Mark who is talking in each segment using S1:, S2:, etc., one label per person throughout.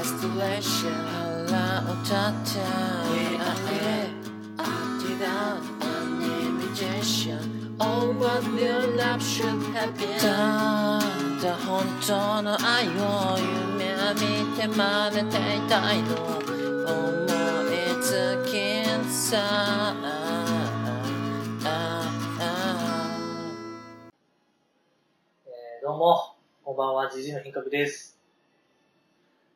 S1: Delicious 腹を立ってあえあ違う何に満ちし Oh what new love should have been ただ本当の愛を夢見て真似ていたいの思いつきさ
S2: えーどうも、こんばんは、ジジイの品格です。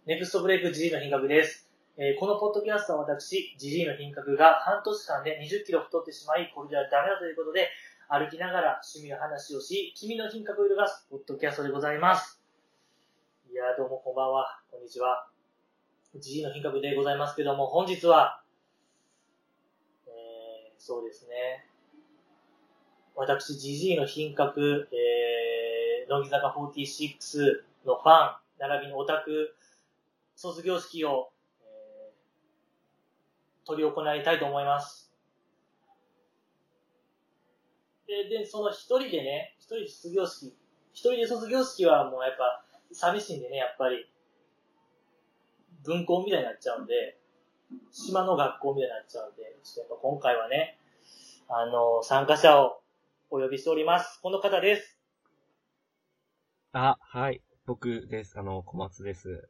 S2: ネクストブレイクジジイの品格です。えーこのポッドキャストは私、ジジイの品格が半年間で20キロ太ってしまい、これではダメだということで、歩きながら趣味の話をし、君の品格を揺るがすポッドキャストでございます。いやー、どうもこんばんは、こんにちは。ジジイの品格でございますけども、本日は、えー、そうですね、私、ジジイの品格、えー、乃木坂46のファン、並びにオタク、卒業式を、えー、取り行いたいと思います。で、で、その一人でね、一人で卒業式、一人で卒業式はもうやっぱ寂しいんでね、やっぱり、文校みたいになっちゃうんで、島の学校みたいになっちゃうんで、ちょっとやっぱ今回はね、あの、参加者をお呼びしております。この方です。
S3: あ、はい。僕です。あの、小松です。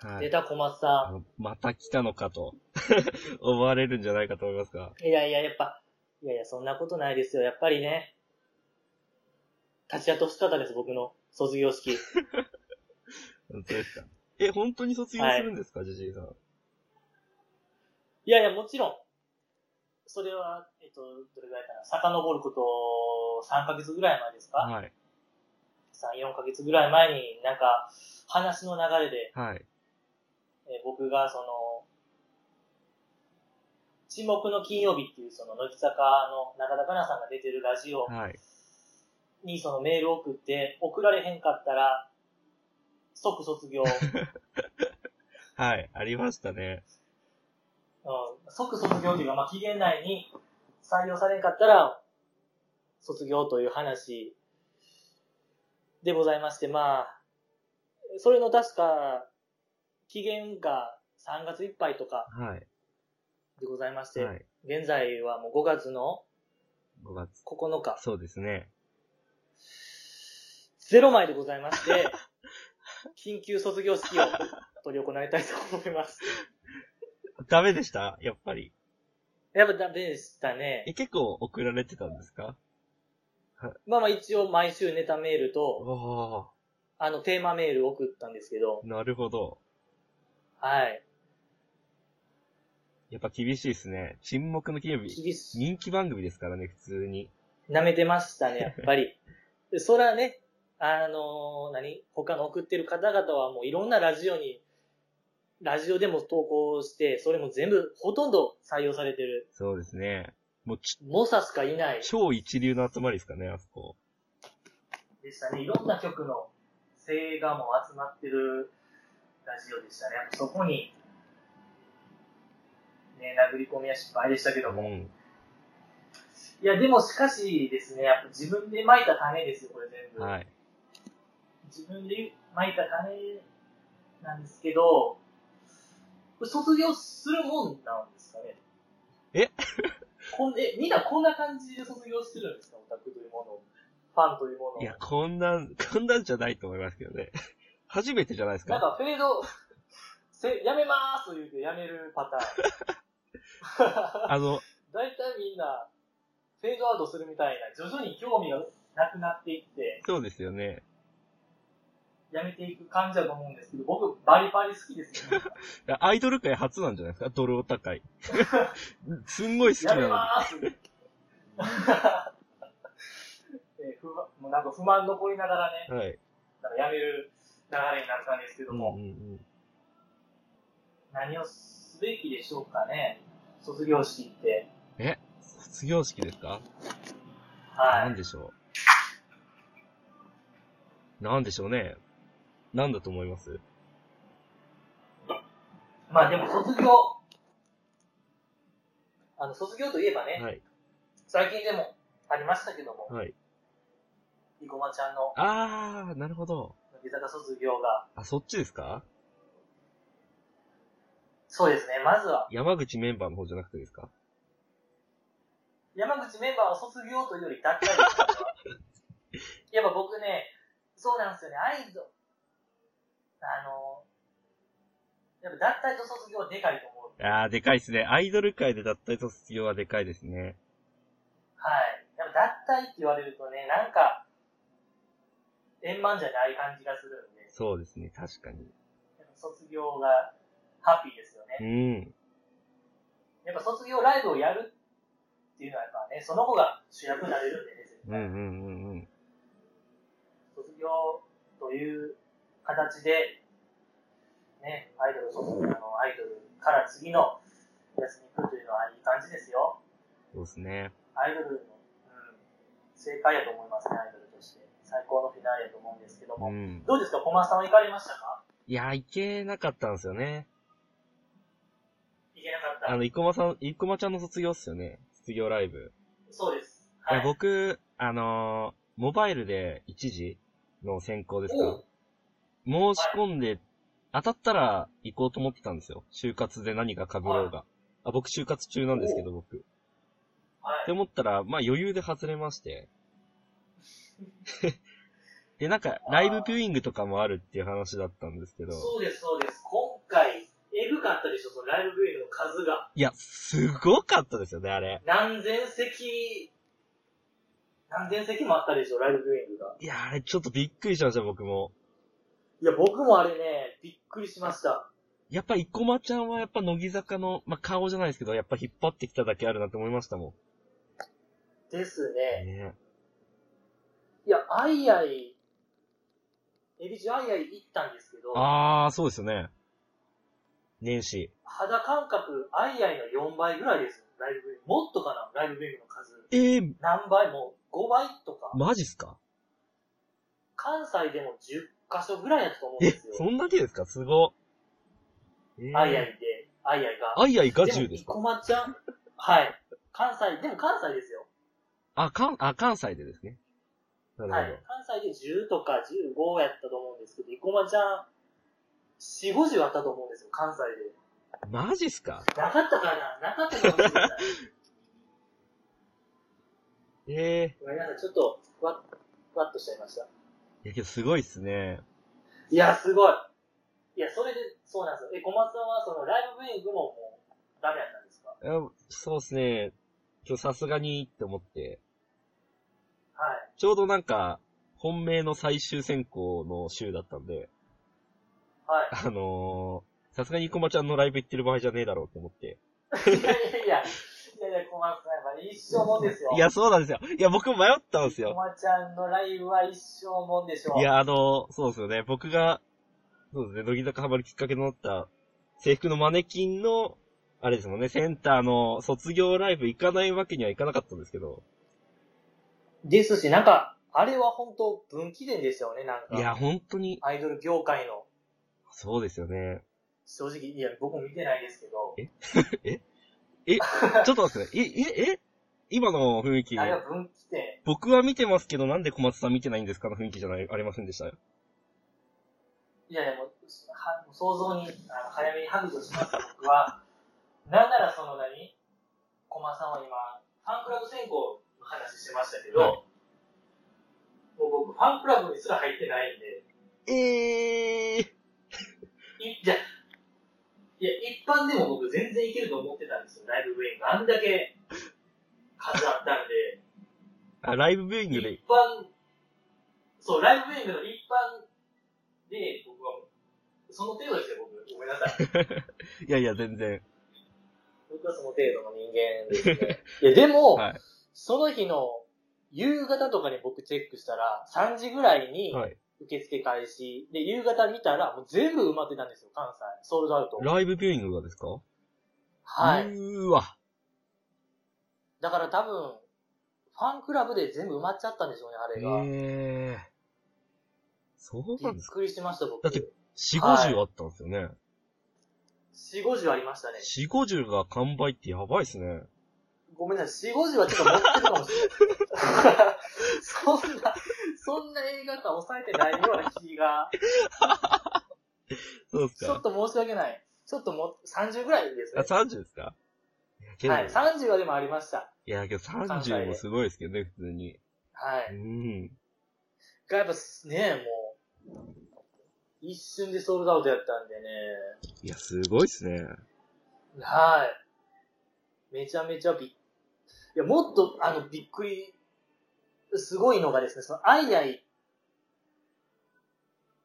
S3: は
S2: 出
S3: い。
S2: た小松
S3: あ
S2: さ
S3: の、また来たのかと、 思われるんじゃないかと思いますが。
S2: ん。いやいや、やっぱ、いやいや、そんなことないですよ。やっぱりね、立ち跡し方です、僕の卒業式。
S3: 本当ですか。え、本当に卒業するんですか、ジジイさん。
S2: いやいや、もちろん。それは、えっと、どれぐらいかな。遡ること3ヶ月ぐらい前ですか、
S3: はい。
S2: ?3、4ヶ月ぐらい前になんか、話の流れで、
S3: はい。
S2: えー僕がその、沈黙の金曜日っていうその、乃木坂の中田香奈さんが出てるラジオ
S3: はい。
S2: にそのメールを送って、送られへんかったら、即卒 業。うん、
S3: はい。ありましたね。
S2: 即卒業というか、まあ、期限内に採用されんかったら、卒業という話でございまして、まあ、それの確か、期限が3月いっぱいとか
S3: はい。
S2: でございまして、
S3: はい。
S2: 現在はもう5月の
S3: 5月。
S2: 9日、
S3: そうですね。
S2: ゼロ枚でございまして、 緊急卒業式を取り行いたいと思います。
S3: ダメでしたやっぱり。
S2: やっぱダメでしたね
S3: え、。結構送られてたんですか
S2: まあまあ一応毎週ネタメールと、
S3: お
S2: あのテーマメール送ったんですけど
S3: ー、、なるほど。
S2: はい。
S3: やっぱ厳しいですね。沈黙の金曜日。
S2: 厳しい。
S3: 人気番組ですからね、普通に。
S2: 舐めてましたね、やっぱり。でそらね、あのー何他の送ってる方々はもういろんなラジオに、ラジオでも投稿して、それも全部、ほとんど採用されてる。
S3: そうですね。もうち、
S2: 猛者しかいない。
S3: 超一流の集まりですかね、あそこ。
S2: でしたね。いろんな曲の声がもう集まってるラジオでしたね。やっぱそこに、ね、殴り込みは失敗でしたけ
S3: う
S2: ども。
S3: ん。
S2: いや、でもしかしですね、やっぱ自分で巻いた種ですよ、これ全部。
S3: はい。
S2: 自分で巻いた種なんですけど、これ卒業するもんなんですかね
S3: え
S2: こんえ、みんなこんな感じで卒業してるんですかオタクというものを。ファンというものを。
S3: いや、こんなん、こんなんじゃないと思いますけどね。 初めてじゃないです
S2: なん
S3: か。
S2: かフェード、せやめまーすと言うてやめるパターン。
S3: あの、
S2: 大体みんな、フェードアウトするみたいな、徐々に興味がなくなっていって、
S3: そうですよね。
S2: やめていく感じだと思うんですけど、僕、バリバリ好きですけど、
S3: アイドル界初なんじゃないですかドルオタ界。 すんごい好き
S2: や
S3: な
S2: め
S3: の。
S2: まー すえ不満もうなんか不満残りながらね、
S3: はい。
S2: なんかやめる流れになったんですけど
S3: うん
S2: も、
S3: うん
S2: 何をすべきでしょうかね、卒業式って。
S3: 卒業式ですか
S2: は
S3: ないん。でしょう。なんでしょうね。なんだと思います
S2: まあでも卒業、あの、卒業といえばね、
S3: はい。
S2: 最近でもありましたけども、
S3: はい。
S2: 生駒ちゃんの
S3: あー、なるほど。
S2: 乃木坂卒業が、
S3: あ、そっちですか
S2: そうですね。まずは、
S3: 山口メンバーの方じゃなくてですか
S2: 山口メンバーを卒業というより脱退 です。やっぱ僕ね、そうなんですよね、アイドル、あの、やっぱ脱退と卒業はでかいと思う。
S3: ああ、でかいですね。アイドル界で脱退と卒業はでかいですね。
S2: はい。やっぱ脱退って言われるとね、なんか、円満じゃない感じがするんで、
S3: そうですね、確かに。
S2: やっぱ卒業がハッピーですよ
S3: う
S2: ね。
S3: ん。
S2: やっぱ卒業ライブをやるっていうのはやっぱね、その子が主役になれるんでね、絶
S3: うんう
S2: 対。
S3: んうんうん。
S2: 卒業という形で、ね、アイドル卒業のアイドルから次のやつに行くというのはいい感じですよ。
S3: そうですね。
S2: アイドルの、うん、正解やと思いますね、アイドルとして。最高のフィナーレやと思うんですけど
S3: う
S2: も。
S3: ん。
S2: どうですか、小松さんは行かれましたか
S3: いやー、いけなかったんですよね。
S2: 行けなかった
S3: あ。の、生駒さん、生駒ちゃんの卒業っすよね。卒業ライブ。
S2: そうです。
S3: い、
S2: は
S3: や、
S2: い。
S3: 僕、あのーモバイルで一時の選考ですか申し込んで、当たったら行こうと思ってたんですよ。就活で何か被ろうが。あ、僕就活中なんですけど、僕。っ
S2: はい
S3: て。思ったら、まあ余裕で外れまして。 で、なんか、ライブビューイングとかもあるっていう話だったんですけど、
S2: そうです、そうです。今回、エグかったでしょ、そのライブビューイングの数が。
S3: いや、すごかったですよね、あれ。
S2: 何千席、何千席もあったでしょ、ライブビューイングが。
S3: いや、あれちょっとびっくりしました、僕も。
S2: いや、僕もあれね、びっくりしました。
S3: やっぱ、生駒ちゃんはやっぱ、乃木坂の、まあ、顔じゃないですけど、やっぱ引っ張ってきただけあるなって思いましたも
S2: です
S3: ん。
S2: ね。
S3: ね
S2: いや、アイアイ、エビジュアイアイ行ったんですけど、
S3: あー、そうですよね。年始。
S2: 肌感覚、アイアイの4倍ぐらいですよ、ライブビューイングもっとかな、ライブビューイングの数。
S3: えー、
S2: 何倍も、5倍とか、
S3: マジっすか
S2: 関西でも10箇所ぐらいやったと思うん
S3: え
S2: です、よ。
S3: そんだけですかすご。えー
S2: アイアイ。で、アイアイが。
S3: アイアイが
S2: でも
S3: 10です
S2: 生
S3: か
S2: 駒ちゃん、はい。関西、でも関西ですよ。
S3: あ、関、あ、関西でですね。な
S2: はい
S3: る。
S2: 関西で10とか15やったと思うんですけど、生駒ちゃん、4、50あったと思うんですよ、関西で。
S3: ほど。マジっすか
S2: なかったかななかったかもしれない。
S3: え
S2: ごめんなさい、ちょっと、ふわっ、ふわっとしちゃいました。
S3: えいやけどすごいっすね。
S2: いや、すごい。いや、それで、そうなんですよ。え、小松さんは、その、ライブビューイングももう、ダメだったんですか
S3: あそうっすね。今日さすがにって思って。
S2: はい。
S3: ちょうどなんか、本命の最終選考の週だったんで、
S2: はい。
S3: あのー、さすがに生駒ちゃんのライブ行ってる場合じゃねえだろうと思って。
S2: い やいやいや、いやいや、小松さん、やっぱ一生もんですよ。
S3: いや、そうなんですよ。いや、僕迷ったんです
S2: 小
S3: よ。
S2: 松ちゃんのライブは一生もんでしょう。
S3: い、や、あの、そうですよね。僕が、そうですね、乃木坂ハマるきっかけとなった、制服のマネキンの、あれですもんね、センターの卒業ライブ行かないわけにはいかなかったんですけど、
S2: ですし、なんか、あれは本当分岐点ですよね、なんか。
S3: いや、本当に、
S2: アイドル業界の、
S3: そうですよね。
S2: 正直、いや、僕も見てないですけど、
S3: えちょっと待ってください、え、え、え今の雰囲気
S2: あ、れは分岐点。
S3: 僕は見てますけど、なんで小松さん見てないんですかの雰囲気じゃない、ありませんでしたよ。
S2: いやいや、もう、は想像に、あの早めに白状します、僕は。なんならその何駒さんは今、ファンクラブ選考の話してましたけど、
S3: はい
S2: もう僕、ファンクラブにすら入ってないんで、
S3: えー、
S2: いじゃいや、一般でも僕全然いけると思ってたんですよ、ライブウェイが。あんだけ数あったんで、
S3: あ、ライブビューイングで
S2: 一、般、そう、ライブウェイの一般で、僕は、その程度ですよ、僕。ごめんなさい。
S3: いやいや、全然。
S2: 僕はその程度の人間ですね。いや、でも、
S3: はい
S2: その日の夕方とかに僕チェックしたら、3時ぐらいに
S3: はい。
S2: 受付開始。で、夕方見たら、もう全部埋まってたんですよ、関西。ソールドアウト。
S3: ライブビューイングがですか
S2: は
S3: う
S2: い。
S3: ーわ。
S2: だから多分、ファンクラブで全部埋まっちゃったんでしょうね、あれが。
S3: ええー。そうなん
S2: びっ
S3: ですか
S2: くりしました、僕。
S3: だって四五
S2: はい
S3: 十あったんですよね。
S2: 4、50ありましたね。
S3: 四五十が完売ってやばいっすね。
S2: ごめんなさい、4、50はちょっと持ってるかもしれない。 そんな、そんな映画館抑えてないような気が。
S3: そうっす
S2: ちょっ
S3: か。
S2: と申し訳ない。ちょっとも、30ぐらいです
S3: あ、
S2: ね。
S3: 30ですかいやけど、
S2: はい。30はでもありました。
S3: いや、けど
S2: 関西
S3: 30
S2: で
S3: もすごいですけどね、普通に。
S2: は
S3: う
S2: い。
S3: ん。
S2: が、やっぱね、もう、一瞬でソールドアウトやったんでね。
S3: いや、すごいっすね。
S2: はい。めちゃめちゃびっ、いや、もっと、あの、びっくり、すごいのがですね、その、アイアイ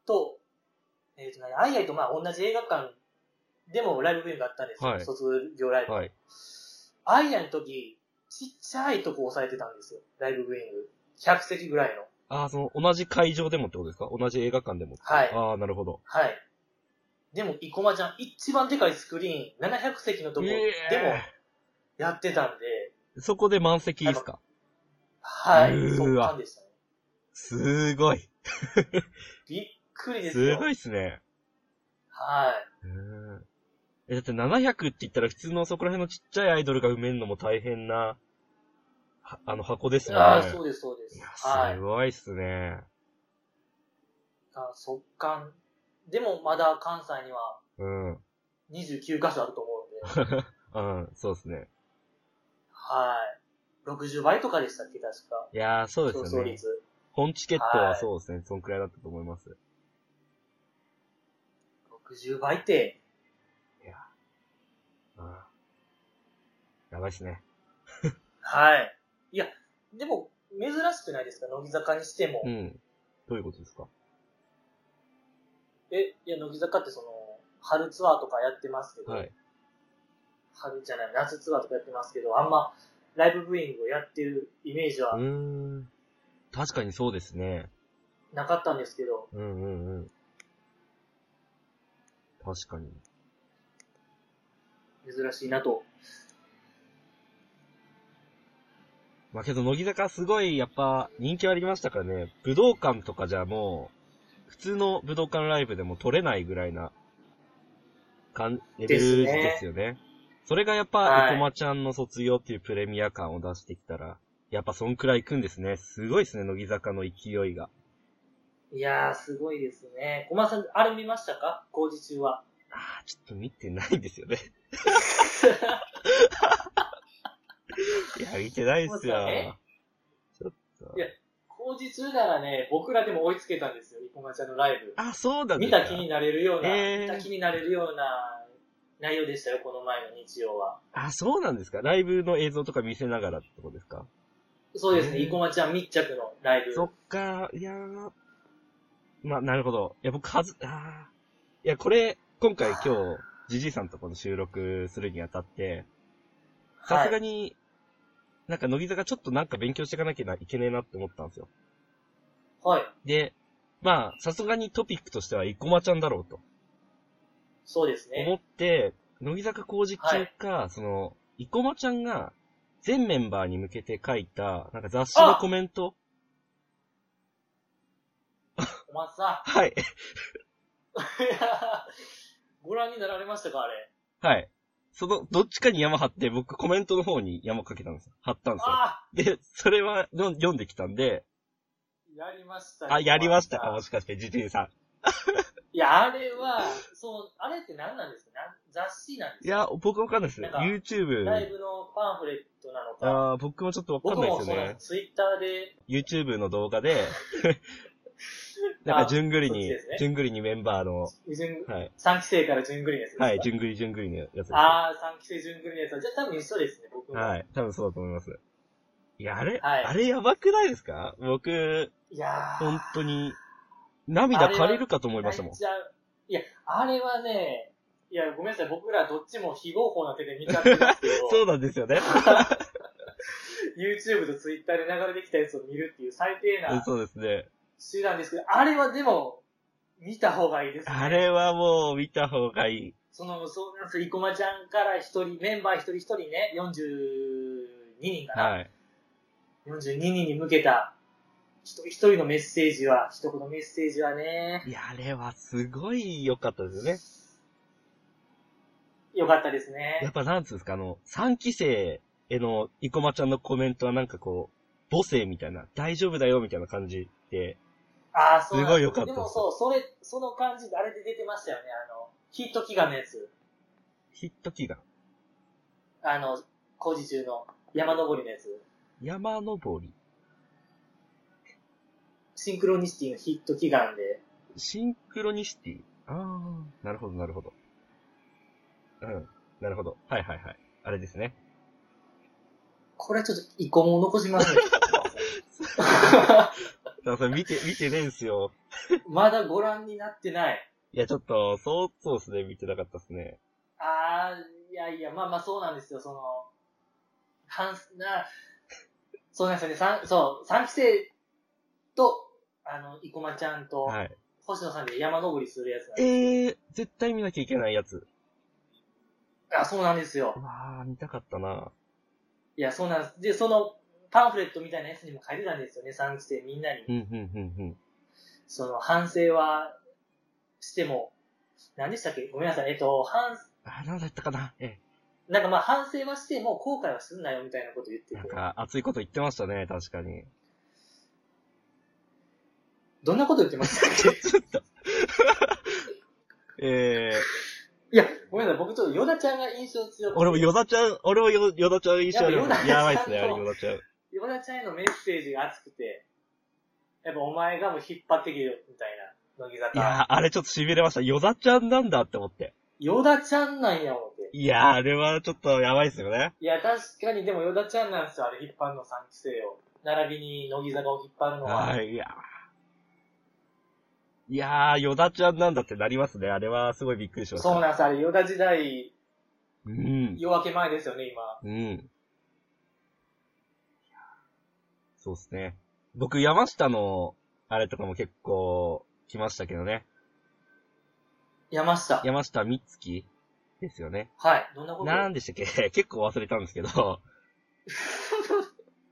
S2: と、えっ、と、何アイアイと、まあ、同じ映画館でもライブビューイングがあったんですよ。
S3: はい
S2: 卒業ライブ。
S3: はい。
S2: アイアイの時、ちっちゃいとこ押さえてたんですよ。ライブビューイング。100席ぐらいの。
S3: あ、その、同じ会場でもってことですか同じ映画館でもって。
S2: はい
S3: ああ、なるほど。
S2: はい。でも、生駒ちゃん、一番でかいスクリーン、700席のとこ、
S3: い
S2: で
S3: や
S2: も
S3: ー、
S2: やってたんで、
S3: そこで満席ですか
S2: は
S3: う
S2: い、
S3: ー
S2: そっ
S3: わ
S2: かんでしたね。
S3: すごい。
S2: びっくりです
S3: す
S2: よ。
S3: ごいっすね。
S2: は
S3: うんえ、だって700って言ったら普通のそこら辺のちっちゃいアイドルが埋めるのも大変な、はあの箱です
S2: い。
S3: よね。
S2: ああ、そうです、そうで
S3: い
S2: す
S3: や。
S2: は
S3: す
S2: い。
S3: ごいっすね。
S2: あ速乾。でも、まだ関西には
S3: うん。う
S2: 29カ所あると思うん で、
S3: ん、そうですね。
S2: はい。60倍とかでしたっけ、確か。
S3: いやー、そうです
S2: 競
S3: よ
S2: 争
S3: ね。
S2: 率。
S3: 本チケットはそうですね。そんくらいだったと思います。
S2: 60倍って、
S3: うんやばいっすね。
S2: はい。いや、でも、珍しくないですか、乃木坂にしても。
S3: うん。どういうことですか
S2: え、いや、乃木坂ってその、春ツアーとかやってますけど、
S3: はい。
S2: 春じゃない、夏ツアーとかやってますけど、あんま、ライブブーイングをやってるイメージ
S3: うー
S2: は
S3: ん。確かにそうですね。
S2: なかったんですけど、
S3: うんうんうん。確かに。
S2: 珍しいなと。
S3: まあけど、乃木坂すごい、やっぱ、人気ありましたからね。武道館とかじゃもう、普通の武道館ライブでも撮れないぐらいな、かん、レベルですよね。それがやっぱ、
S2: はい
S3: 生駒ちゃんの卒業っていうプレミア感を出してきたら、やっぱそんくらいいくんですね。すごいですね、乃木坂の勢いが。
S2: いやー、すごいですね。小松さん、あれ見ましたか工事中は。
S3: ああ、ちょっと見てないんですよ ね。いや、見てないっすよ
S2: そうだね。
S3: ちょっと
S2: い。や工事中ならね、僕らでも追いつけたんですよ、生駒ちゃんのライブ。
S3: あ、そうだ
S2: 見た気になれるような、
S3: えー
S2: 見た気になれるような内容でしたよ、この前の日曜は。
S3: あ、そうなんですかライブの映像とか見せながらってことですか
S2: そうですね、
S3: えー
S2: 生駒ちゃん密着のライブ。
S3: そっか、いやー。まあ、なるほど。いや、僕、はず、あーいや、これ、今回今日、じじいさんとこの収録するにあたって、さすが
S2: に。
S3: に、なんか、乃木坂ちょっとなんか勉強していかなきゃいけねえなって思ったんですよ。
S2: はい。
S3: で、まあ、さすがにトピックとしては、生駒ちゃんだろうと
S2: そうですね。
S3: 思って、乃木坂工事中か、その、生駒ちゃんが、全メンバーに向けて書いた、なんか雑誌のコメント
S2: 小松さ
S3: は
S2: ん。
S3: い。
S2: いや ご覧になられましたか、あれ。
S3: はい。その、どっちかに山張って、僕コメントの方に山かけたんですよ。張ったん
S2: あ
S3: ですよ。で、それはの読んできたんで、
S2: やりましたね
S3: あ、やりましたか、も
S2: 小松さ
S3: しかして、ジジイさ
S2: んいや、あれは、そう、あれって何なんですかなん雑誌なんで
S3: ん。
S2: す
S3: い
S2: か
S3: や、僕わかんないです。
S2: なんかライ
S3: YouTube。
S2: ブのパンフレットなのか。
S3: あー僕もちょっとわか
S2: 僕
S3: んない
S2: も
S3: で
S2: そ
S3: すよ
S2: の
S3: ね。
S2: ツイッターで、
S3: YouTube の動 画で、なんか、じゅんぐりに
S2: そっちですね、
S3: じゅんぐりにメンバーの、
S2: 順
S3: はい。
S2: 3期生から順繰りのやつですか
S3: はい、じゅんぐりじゅんぐりのやつです。は
S2: ああ、3期生順繰りのやつは、じゃあ多分一緒ですね、僕も。い、
S3: い。多分そうだと思います。いや、あれ、
S2: はい
S3: あれやばくないですか僕、
S2: やー。
S3: 本当に、涙枯れるかと思いましたもん
S2: 泣い。ちゃういや、あれはね、いや、ごめんなさい、僕らどっちも非合法な手で見ちゃってますけ
S3: そう
S2: ど、
S3: なんですよね。
S2: YouTube と Twitter で流れてきたやつを見るっていう最低な
S3: そうですね。
S2: 手段ですけど、あれはでも、見た方がいいですね。
S3: あれはもう見た方がいい。
S2: その、そうなんですよ、生駒ちゃんから一人、メンバー一人一人ね、42人かな、
S3: はい。
S2: 42人に向けた、一人一人のメッセージは、一言メッセージはね、
S3: いや、あれはすごい良かったですよね。
S2: 良かったです
S3: やっ
S2: ね。
S3: ぱなんつうんですか、あの、3期生への生駒ちゃんのコメントはなんかこう、母性みたいな、大丈夫だよみたいな感じで、
S2: ああ、そうなんです
S3: ごい良かったです
S2: でもそう、それ、その感じであれで出てましたよね、あの、ヒット祈願のやつ。
S3: ヒット祈願。
S2: あの、工事中の山登りのやつ。
S3: 山登り。
S2: シンクロニシティのヒット祈願で、
S3: シンクロニシティ。ああ、なるほど、なるほど。うん、なるほど。はいはいはい。あれですね。
S2: これちょっと遺恨を残します ね。
S3: ただそれ見て、見てねえんすよ。
S2: まだご覧になってない。
S3: いや、ちょっと、そう、そうですね。見てなかったですね。
S2: あー、いやいや、まあまあそうなんですよ、その、反、な、そうなんですよね、三、そう、三期生と、あの、生駒ちゃんと、
S3: はい。
S2: 星野さんで山登りするやつなん
S3: え
S2: で
S3: ー、絶対見なきゃいけないやつ。
S2: あ、そうなんですよ
S3: う。わー、見たかったな。
S2: いや、そうなんです。で、その、パンフレットみたいなやつにも書いてたんですよね、三期生みんなに。
S3: うん、うん、うん、
S2: その、反省は、しても、何でしたっけごめんなさい。えっと、反、
S3: うん。あ、なんだったかな。え
S2: なんかまあ反省はしても後悔はすんなよみたいなこと言って
S3: え、なん
S2: て。
S3: か、熱いこと言ってましたね。確かに。
S2: どんなこと言ってましたっけ
S3: え
S2: いや、ごめんなさい。僕ちょっとヨダちゃんが印象強
S3: ー、
S2: くて。
S3: 俺もヨダちゃん、俺もヨヨダちゃん一緒ある
S2: やっぱヨダちゃん
S3: やばいっすね、あれヨダちゃん。
S2: ヨダちゃんへのメッセージが熱くて、やっぱお前がもう引っ張ってきてよ、みたいな、乃木
S3: い
S2: 坂。
S3: やー、あれちょっと痺れました。ヨダちゃんなんだって思って。
S2: ヨダちゃんなんや思って。
S3: いやー、あれはちょっとやばいっすよね。
S2: いや、確かにでもヨダちゃんなんですよ、あれ引っ張るの三期生を。並びに乃木坂を引っ張るのは。
S3: はい、いやー。いやー、ヨダちゃんなんだってなりますね。あれはすごいびっくりしました。
S2: そうなんです、あれヨダ時代、
S3: うん。
S2: 夜明け前ですよね、今。
S3: うん。いやーそうっすね。僕、山下の、あれとかも結構、来ましたけどね。
S2: 山下。
S3: 山下美月ですよね。
S2: はい。どんなこと
S3: なんでしたっけ 結構忘れたんです けど。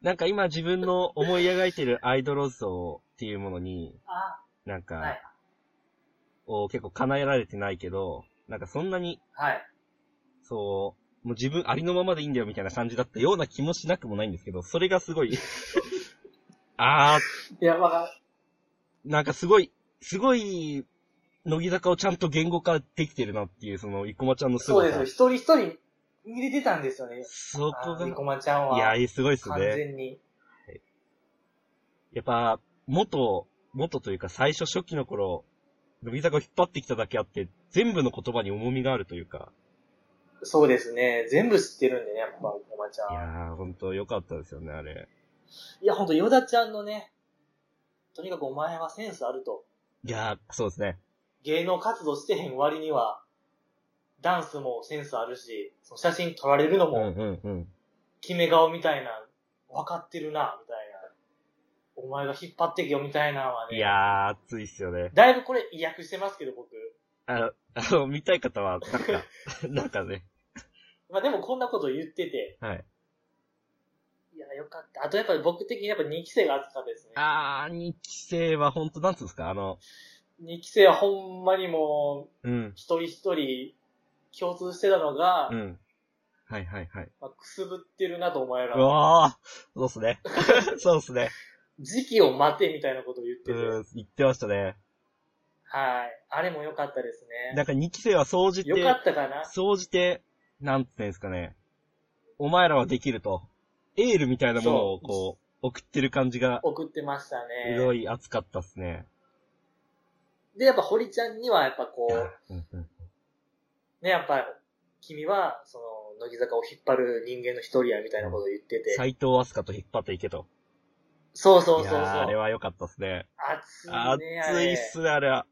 S3: なんか今自分の思い描いてるアイドル像っていうものに、
S2: あ、
S3: なんか、
S2: はい
S3: を結構叶えられてないけど、なんかそんなに、
S2: はい。
S3: そう、もう自分ありのままでいいんだよみたいな感じだったような気もしなくもないんですけど、それがすごい、あ
S2: いや、わか
S3: ー、なんかすごい、すごい、乃木坂をちゃんと言語化できてるなっていう、その、生駒ちゃんの
S2: そう
S3: 姿。
S2: ですよ。一人一人見れてたんですよね。
S3: そこが、
S2: 生駒ちゃんは。
S3: いや、すごいです
S2: 完
S3: ね。
S2: 全に。
S3: やっぱ、元、元というか最初初期の頃、乃木坂を引っ張ってきただけあって、全部の言葉に重みがあるというか、
S2: そうですね。全部知ってるんでね、やっぱ生駒ちゃん。
S3: い
S2: い
S3: や
S2: や、
S3: ー、ほんと良かったですよね、あれ。
S2: ほんと、ヨダちゃんのね、とにかくお前はセンスあると。
S3: いやー、そうですね。
S2: 芸能活動してへん割には、ダンスもセンスあるし、その写真撮られるの
S3: うん
S2: も、
S3: うんうん。
S2: 決め顔みたいな、分かってるな、みたいな。お前が引っ張ってけよ、みたいなのはね。
S3: いやー、熱いっすよね。
S2: だいぶこれ、威訳してますけど、僕。
S3: あの、あの、見たい方は、なんか、 なんかね、
S2: まあでもこんなこと言ってて、
S3: はい。
S2: いや、よかった。あとやっぱり僕的にやっぱ2期生が熱かったですね。
S3: あー、二期生はほんと、なんつうんですか、あの、
S2: 2期生はほんまにもう、
S3: うん、
S2: 一人一人共通してたのが、
S3: うん。はいはいはい。
S2: まあ、くすぶってるなとお前
S3: う
S2: ら。
S3: わー、そうっすね。 そうっすね。
S2: 時期を待てみたいなことを言って
S3: う
S2: て。
S3: ん、言ってましたね。
S2: はい。あれも良かったです
S3: な
S2: ね。
S3: んか二期生は総じて、
S2: 良かったかな
S3: 総じて、なんていうんですかね。お前らはできると。エールみたいなものをこう、送ってる感じが、
S2: 送ってました
S3: すご
S2: ね。
S3: い熱かったっすね。
S2: で、やっぱ堀ちゃんにはやっぱこう、
S3: うんうん
S2: ね、やっぱ、君は、その、乃木坂を引っ張る人間の一人や、みたいなことを言ってて。
S3: 斎藤飛鳥と引っ張っていけと。
S2: そうそうそう
S3: い
S2: そう。
S3: やーあれは良かったっすね。
S2: 熱い
S3: 熱
S2: ね、あ
S3: いっ
S2: れ。
S3: すね、あれは。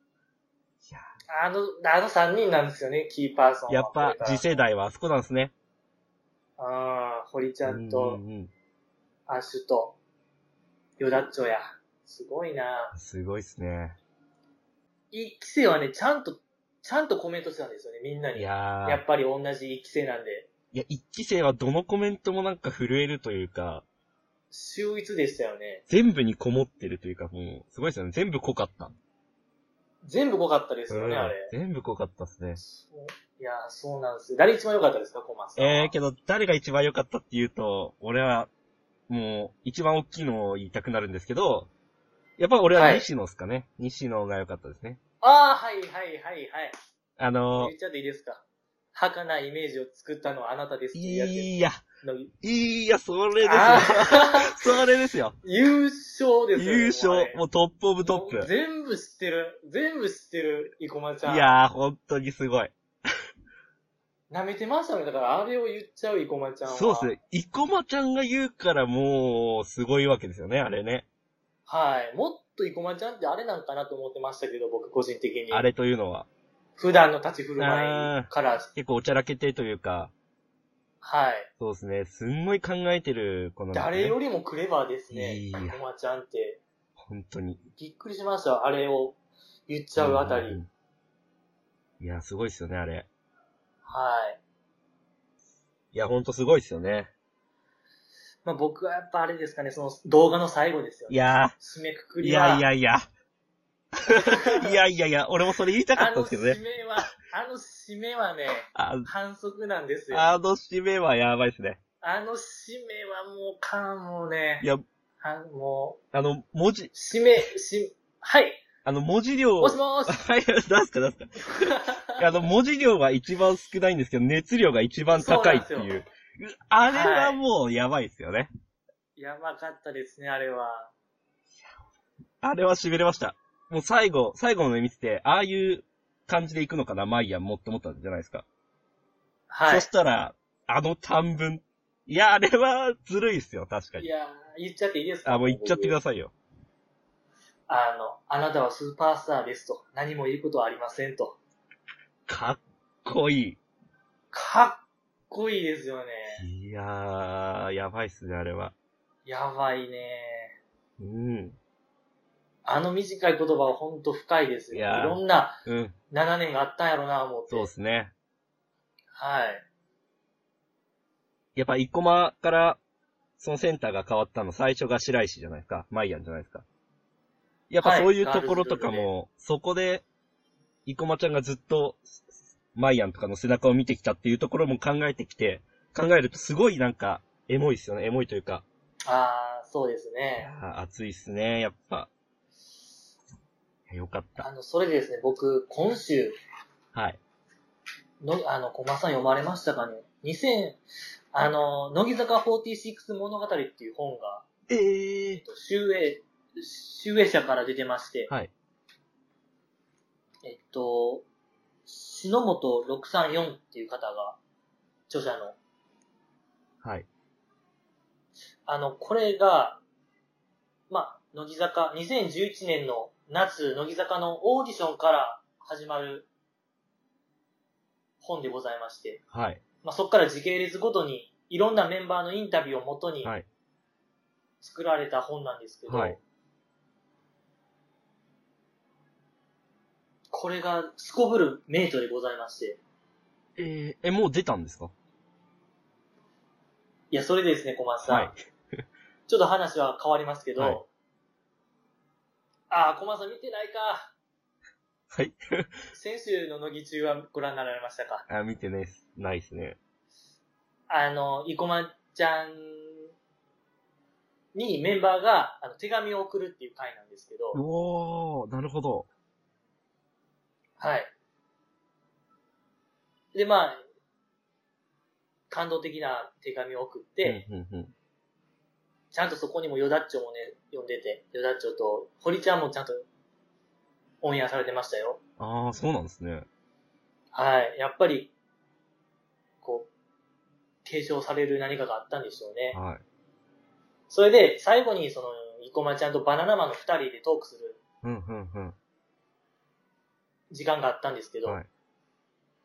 S2: あの、あの3人なんですよね、キーパーソンは。
S3: やっぱ
S2: これか、ら
S3: 次世代はあそこなんですね。
S2: ああ、堀ちゃんと
S3: うん、うんうん
S2: アッシュと、ヨダッチョや。すごいな
S3: すごいっすね。
S2: 一期生はね、ちゃんと、ちゃんとコメントしてたんですよね、みんなに。
S3: い
S2: や
S3: やー
S2: っぱり同じ一期生なんで、
S3: いや、一期生はどのコメントもなんか震えるというか、
S2: 秀逸でしたよね。
S3: 全部にこもってるというか、もう、すごいっすよね。全部濃かった。
S2: 全部濃かったですよね、
S3: うん
S2: あれ。
S3: 全部濃かったっすね。
S2: そういやー、そうなんですよ。誰一番良かったですか、コマさんは。
S3: ええけど、誰が一番良かったって言うと、俺は、もう、一番大きいのを言いたくなるんですけど、やっぱ俺は
S2: はい
S3: 西野っすかね。西野が良かったですね。
S2: ああ、はいはいはいはい。
S3: あの
S2: 言っちゃっていいですか。儚いイメージを作ったのはあなたですってやつ
S3: いや、
S2: のぎ
S3: いや、それですよ。
S2: あー
S3: それで すよ。
S2: 優勝ですよ、
S3: 優勝、もうトップオブ
S2: う
S3: トップ。
S2: 全部知ってる。全部知ってる、生駒ちゃん。
S3: いやー、本当にすごい。
S2: 舐めてましたね。だから、あれを言っちゃう、生駒ちゃんは。
S3: そうですね。生駒ちゃんが言うからもう、すごいわけですよね、あれね。
S2: はい。もっと生駒ちゃんってあれなんかなと思ってましたけど、僕個人的に。
S3: あれというのは。
S2: 普段の立ち振る舞いから、
S3: 結構おちゃらけてというか、
S2: はい。
S3: そうですね。すんごい考えてる子なんですね。
S2: 誰よりもクレバーですね。
S3: いいや
S2: 生駒ちゃんって。
S3: 本当に。
S2: びっくりしました。あれを言っちゃうあたり。
S3: ん。いや、すごいですよね、あれ。
S2: はい。
S3: いや、ほんとすごいですよね。
S2: まあ僕はやっぱあれですかね、その動画の最後ですよ
S3: い
S2: ね。
S3: や
S2: 締めくく
S3: ー、い
S2: りは。
S3: やいやいや。 いやいやいや、俺もそれ言いたかっ
S2: あ
S3: た
S2: の
S3: んですけど
S2: 締
S3: ね。
S2: めは、あの締めはね、
S3: あ
S2: 反則なんですよ。あ
S3: あの締めはやばいですね。
S2: の締めはもう、かもうね
S3: い、や、
S2: あもう、
S3: あの、文字、
S2: 締め、し、はい、
S3: あの、文字量。
S2: もしもし。
S3: はい、出すか出すか。あの、文字量は一番少ないんですけど、熱量が一番高いって
S2: そうないん
S3: う。あれはもうやばいですよね。
S2: やばかったですね、あれは。
S3: あれは痺れました。もう最後、最後の見てて、ああいう感じで行くのかな、マイヤンもって思ったんじゃないですか。
S2: はい
S3: そし。たら、あの短文。いや、あれはずるいっすよ、確か
S2: い
S3: に。
S2: や、言っちゃっていいですか
S3: あ、もう行っちゃってくだ
S2: さい。
S3: さいよ。
S2: あの、あなたはスーパースターですと。何も言うことはありませんと。
S3: かっこい
S2: かっこいいですよね。
S3: い。いやー、やばいっすね、あれは。
S2: やばいね。
S3: うん。
S2: あの短い言葉はほんと深いですよ。
S3: いやー
S2: いろんな
S3: うん。
S2: 7年があったんやろな、思って。
S3: そうっすね。
S2: はい。
S3: やっぱ、生駒から、そのセンターが変わったの、最初が白石じゃないですか。マイヤンじゃないですか。やっぱ
S2: はい
S3: そういうところとかも、そこで、生駒ちゃんがずっと、マイヤンとかの背中を見てきたっていうところも考えてきて、考えるとすごいなんか、エモいっすよね。エモいというか、
S2: ああ、そうです
S3: い
S2: ね。
S3: やー熱いっすね、やっぱ。いやよかった。
S2: あの、それでですね、僕、今週
S3: はい。
S2: の、あの、コマさん読まれましたかね ?2000、あの、乃木坂46物語っていう本が、
S3: ええ
S2: えっと集英、集英社から出てまして、
S3: はい。
S2: えっと、篠本634っていう方が、著者の、
S3: はい。
S2: あの、これが、まあ、乃木坂、2011年の夏、乃木坂のオーディションから始まる本でございまして、
S3: はい。
S2: まあ、そこから時系列ごとに、いろんなメンバーのインタビューをもとに
S3: はい、
S2: 作られた本なんですけど、
S3: はい
S2: これがすこぶる名著でございまして、
S3: えー、え、もう出たんですか
S2: いや、それでですね、小松さん、
S3: はい。
S2: ちょっと話は変わりますけど、
S3: はい
S2: ああ、小松さん見てないか。
S3: はい。
S2: 先週の乃木中はご覧になられましたか
S3: あ、見てね、ないっすね。
S2: あの、生駒ちゃんにメンバーがあの手紙を送るっていう回なんですけど、
S3: おー、なるほど。
S2: はい。で、まあ、感動的な手紙を送って、
S3: うんうんうん、
S2: ちゃんとそこにもヨダッチョもね、読んでて、ヨダッチョと堀ちゃんもちゃんとオンエアされてましたよ。
S3: ああ、そうなんですね。
S2: はい。やっぱり、こう、提唱される何かがあったんでしょうね。
S3: はい。
S2: それで、最後に、その、生駒ちゃんとバナナマンの二人でトークする
S3: うん、うん、うん。
S2: 時間があったんですけど、
S3: はい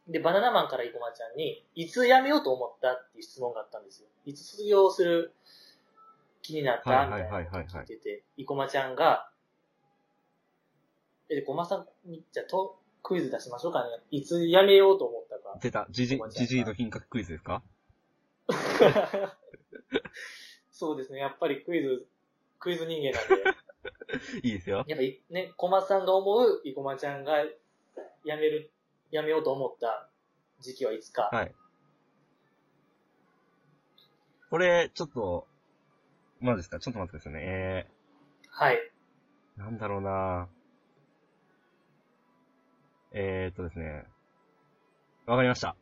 S2: で、バナナマンから生駒ちゃんに、いつ辞めようと思ったっていう質問があったんですよ。いつ卒業する気になったみた
S3: はい
S2: い
S3: はい
S2: な
S3: はい
S2: こと
S3: はい
S2: 聞いてて、生駒ちゃんが、え、駒さんに、じゃあと、クイズ出しましょうかね。いつ辞めようと思ったか。
S3: 出た、じじ
S2: ここ、じゃな
S3: じ
S2: い
S3: じいの品格クイズですか
S2: そうですね、やっぱりクイズ、クイズ人間なんで。
S3: いいですよ。
S2: やっぱいね、小松さんが思う、生駒ちゃんが辞める、辞めようと思った時期はいつか。
S3: はい。これ、ちょっと、まあですか、ちょっと待ってくださいね。
S2: はい。
S3: えー、なんだろうなえーっとですね。わかりました。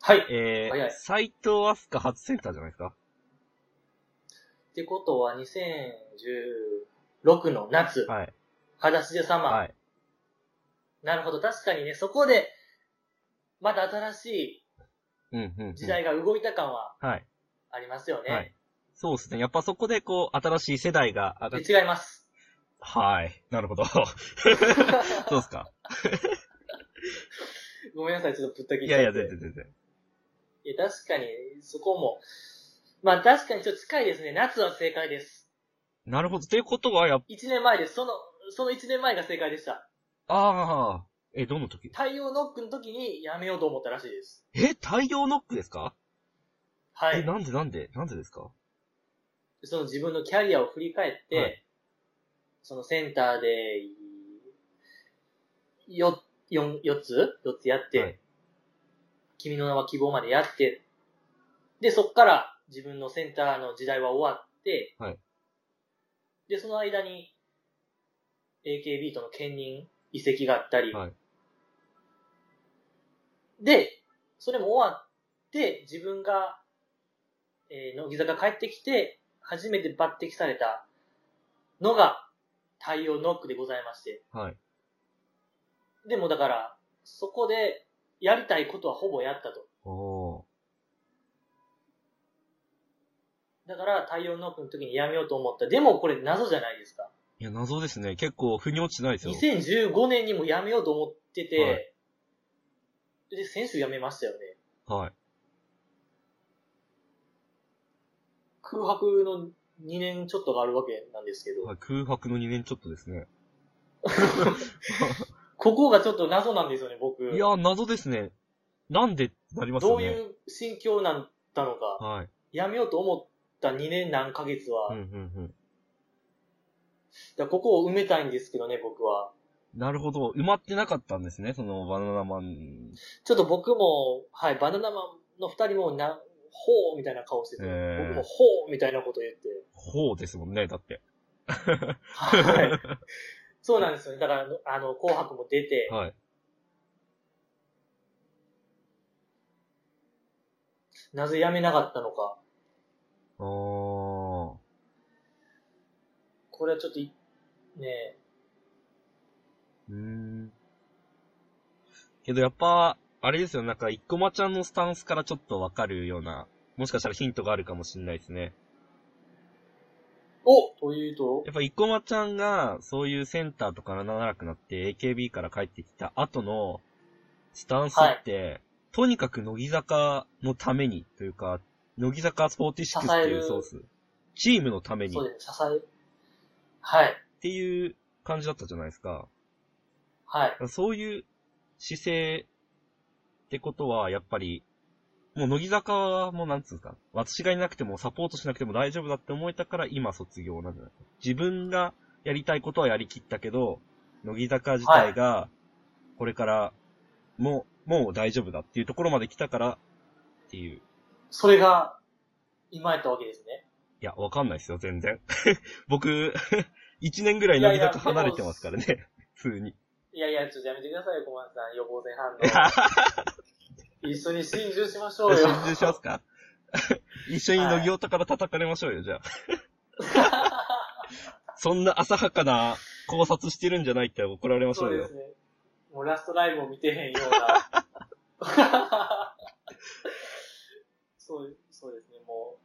S2: はい。
S3: え
S2: 早
S3: ー
S2: い、
S3: 斎藤飛鳥初センターじゃないですか
S2: ってことは、2016の夏、
S3: はい。
S2: 裸足で様、
S3: はい。
S2: なるほど。確かにね、そこで、まだ新しい
S3: うん、うんうん。
S2: 時代が動いた感は
S3: はい。
S2: ありますよね。
S3: はい。そうですね。やっぱそこで、こう、新しい世代が上がっ
S2: で違います。
S3: はい。なるほ ど。そうですか。
S2: ごめんなさい、ちょっとぶった切っ
S3: い
S2: ちゃっ
S3: や
S2: て
S3: いや、全然全然。
S2: いや、確かに、そこも。まあ確かにちょっと近いですね。夏は正解です。
S3: なるほど。ということは、やっ
S2: 1年前です。その、その1年前が正解でした。
S3: ぱ、ああ、え、どの時
S2: 太陽ノックの時にやめようと思ったらしいです。
S3: え、太陽ノックですか
S2: は
S3: え、
S2: い。
S3: なんでなんでなんでですか
S2: その自分のキャリアを振り返って、
S3: はい
S2: そのセンターで、よ、四四つ四つやって、
S3: はい
S2: 君の名は希望までやって、で、そっから自分のセンターの時代は終わって、
S3: はい
S2: で、その間に AKB との兼任移籍があったり、
S3: はい
S2: で、それも終わって、自分が、えー、乃木坂帰ってきて、初めて抜擢されたのが太陽ノックでございまして、
S3: はい。
S2: でもだから、そこでやりたいことはほぼやったと。
S3: おー。
S2: だから、太陽ノックの時にやめようと思った。でもこれ謎じゃないですか。
S3: いや、謎ですね。結構、腑に落ちてないですよ。
S2: 2015年にもやめようと思ってて、
S3: は
S2: で、先週やめましたよね。
S3: はい。
S2: 空白の2年ちょっとがあるわけなんですけど、
S3: はい空白の2年ちょっとですね。
S2: ここがちょっと謎なんですよね、僕。
S3: いや、謎ですね。なんで、なります
S2: ど
S3: よ
S2: う
S3: ね。
S2: いう心境なんだのか、
S3: はい。
S2: やめようと思った2年何ヶ月は、
S3: うん、う
S2: だか
S3: ん、うん。
S2: らここを埋めたいんですけどね、僕は。
S3: なるほど。埋まってなかったんですね、そのバナナマン。
S2: ちょっと僕も、はい、バナナマンの2人もな、ほうみたいな顔してて、
S3: へー
S2: 僕もほうみたいなこと言って、
S3: 方ですもんね、だって。
S2: はい。そうなんですよね。だから、あのあの、紅白も出て、
S3: はい。
S2: なぜ辞めなかったのか、
S3: あー。
S2: これはちょっとい、ねえ
S3: うーん。けどやっぱ、あれですよ、なんか、いっこまちゃんのスタンスからちょっとわかるような、もしかしたらヒントがあるかもしれないですね。
S2: おというと、
S3: やっぱ、いっこまちゃんが、そういうセンターとか長くなって、AKB から帰ってきた後の、スタンスって、とにかく乃木坂のために、というか、乃木坂46ってい
S2: 支える
S3: うソース。チームのために
S2: そう
S3: っ
S2: です、支え、はい、
S3: ていう感じだったじゃないですか。
S2: はい、
S3: そういう姿勢ってことは、やっぱり、もう乃木坂はもうなんつうんですか、私がいなくてもサポートしなくても大丈夫だって思えたから今卒業なんじゃない自分がやりたいことはやりきったけど、乃木坂自体が、これから、もう、もう大丈夫だっていうところまで来たから、っていう。
S2: それが、今やったわけですね。
S3: いや、わかんないですよ、全然。 僕、1年ぐらい乃木坂離れてますからね、普通に。
S2: いやいや、ちょっとやめてくださいよ、小松さん、予防線反 応。一緒に心中しましょうよ。
S3: じゃあ心中しま すか一緒に乃木岡から叩かれましょうよ、じゃあ。 そんな浅はかな考察してるんじゃないって怒られまし
S2: そ
S3: ょ
S2: う
S3: う
S2: で
S3: よ
S2: す。ね。もうラストライブも見てへんような。 そう、そうですね、もう。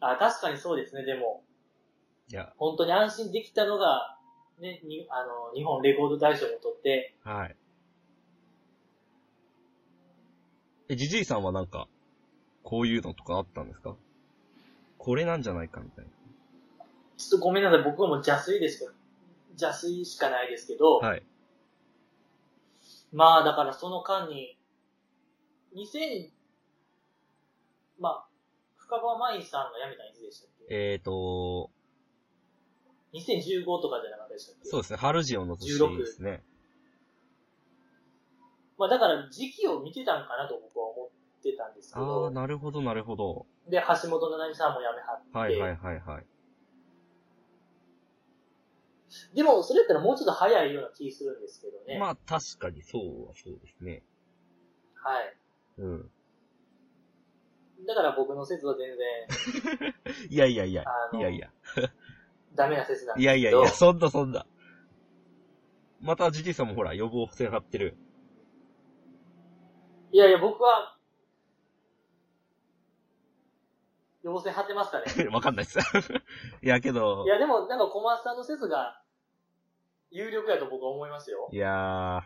S2: あ、確かにそうですね、でも、
S3: いや、
S2: 本当に安心できたのが、ね、に、あの、日本レコード大賞も取って、
S3: はい。え、じじいさんはなんか、こういうのとかあったんですかこれなんじゃないかみたい
S2: ちょっとごめんなさい、僕はもう邪推ですけど、邪推しかないですけど、
S3: な。はい。
S2: まあだからその間に、2000、まあ、深川舞さんが辞めたのいつでしたっけ
S3: えーと、
S2: ?2015 とかじゃなかったでしたっけ
S3: そうですね、ハルジオンの年ですね。
S2: まあだから時期を見てたんかなと僕は思ってたんですけ
S3: あ
S2: ど
S3: ー、、なるほど、なるほど。
S2: で、橋本七海さんも辞めはっ
S3: は
S2: て、
S3: いはいはいはい。
S2: でもそれやったらもうちょっと早いような気するんですけどね。
S3: まあ確かにそうはそうですね。
S2: はい。
S3: うん。
S2: だから僕の説は全然、
S3: いやいやいや
S2: あ、
S3: い
S2: の
S3: やいや、
S2: ダメな説なん
S3: い
S2: ですけど。
S3: やいやいや、そんなそんな。また、ジジイさんもほら、予防線張ってる。
S2: いやいや、僕は、予防線張ってます かね。
S3: わかんないっす。いや、けど
S2: い、や、でも、なんか小松さんの説が、有力やと僕は思いますよ。
S3: いやー、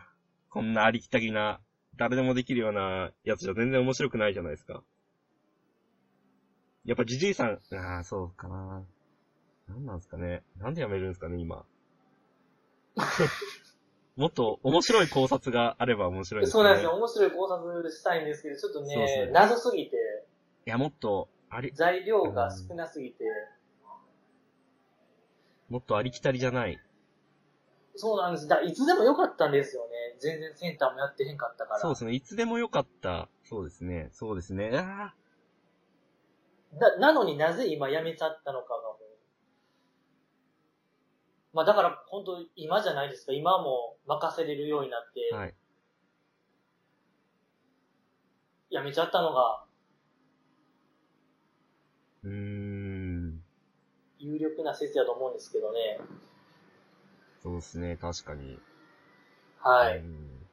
S3: こんなありきたりな、誰でもできるようなやつじゃ全然面白くないじゃないですか。やっぱジジイさん、ああ、そうかな。なんなんですかね。なんでやめるんですかね、 今。もっと面白い考察があれば面白いですね。
S2: そうなんですよ。面白い考察したいんですけど、ちょっとね、
S3: そうですね
S2: 謎すぎて、
S3: いや、もっと、あり、
S2: 材料が少なすぎて、
S3: もっとありきたりじゃない。
S2: そうなんです。だからいつでも良かったんですよね。全然センターもやってへんかったから。
S3: そうですね。いつでもよかった。そうですね。そうですね。ああ、
S2: だなのになぜ今辞めちゃったのかがもう。まあだから本当今じゃないですか。今はもう任せれるようになっ
S3: はい。
S2: て、辞めちゃったのが
S3: うーん。
S2: 有力な説やと思うんですけどね。
S3: そうですね。確かに。
S2: は
S3: う
S2: い。
S3: ん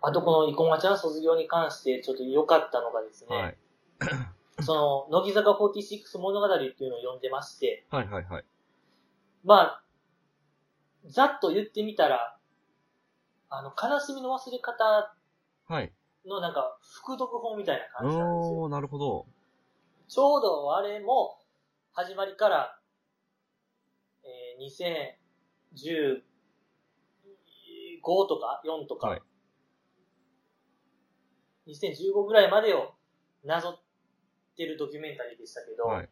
S2: あとこの生駒ちゃんの卒業に関してちょっと良かったのがですね、
S3: はい。
S2: その、乃木坂46物語っていうのを読んでまして、
S3: はいはいはい。
S2: まあ、ざっと言ってみたら、あの、悲しみの忘れ方
S3: はい。
S2: のなんか、副読法みたいな感じなんですよ。
S3: おー、なるほど。
S2: ちょうどあれも、始まりから、えー、2015とか4とか、
S3: はい
S2: 2015ぐらいまでをなぞってるドキュメンタリーでしたけど、
S3: はい。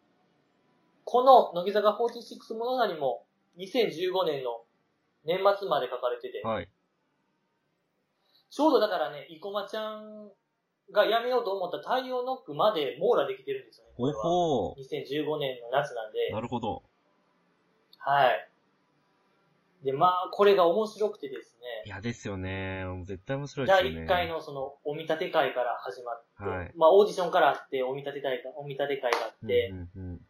S2: この乃木坂46物語も2015年の年末まで書かれてて、
S3: はい。
S2: ちょうどだからね、生駒ちゃんが辞めようと思った太陽ノックまで網羅できてるんですよね。こ
S3: お
S2: れは
S3: ほ
S2: 2015年の夏なんで
S3: ー。な。るほど。
S2: はい。で、まあ、これが面白くてです
S3: い
S2: ね、
S3: や、ですよね。絶対面白いですよ
S2: 第
S3: ね。
S2: 1回。のその、お見立て会から始まって、
S3: はい
S2: まあ、オーディションからあって、お見立て会が、お見立て会があっ
S3: うん
S2: て、
S3: うん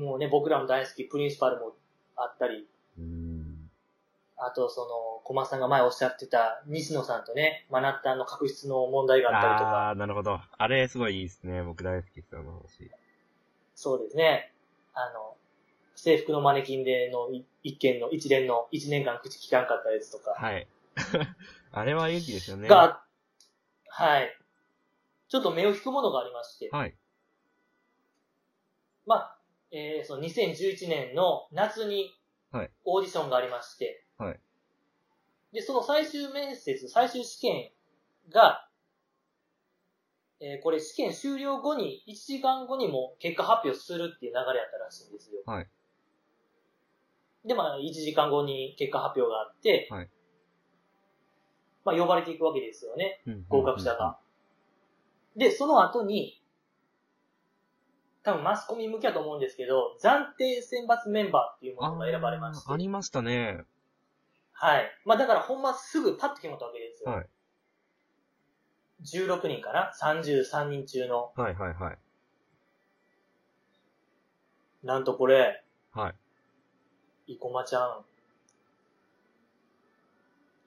S2: もうね、僕らも大好き、プリンシパルもあったり、
S3: うん。うん。
S2: あと、その、小松さんが前おっしゃってた、西野さんとね、マナッタンの確執の問題があったりとか、
S3: あー、なるほど。あれ、すごいいいですね。僕大好きです、あの話。
S2: そうですね、あの、制服のマネキンでのい一件の、一連の、一年間口聞かんかったやつとか、
S3: はい。 あれは勇気ですよね。
S2: が、はい。ちょっと目を引くものがありまして、
S3: はい。
S2: まあ、えーその2011年の夏に
S3: はい、
S2: オーディションがありまして、
S3: はい
S2: で、その最終面接、最終試験が、えーこれ試験終了後に、1時間後にも結果発表するっていう流れやったらしいんですよ。
S3: はい
S2: で、まあ、1時間後に結果発表があって、
S3: はい
S2: まあ、呼ばれていくわけですよね。
S3: うんうんうん
S2: 合格者が。。で、その後に、多分マスコミ向けだと思うんですけど、暫定選抜メンバーっていうも
S3: あ
S2: のが選ばれまして
S3: ー、ありましたね。
S2: はい。まあだからほんますぐパッと決まったわけですよ。
S3: はい
S2: 16人かな ?33 人中の、
S3: はいはいはい。
S2: なんとこれ、
S3: はい。
S2: 生駒ちゃん、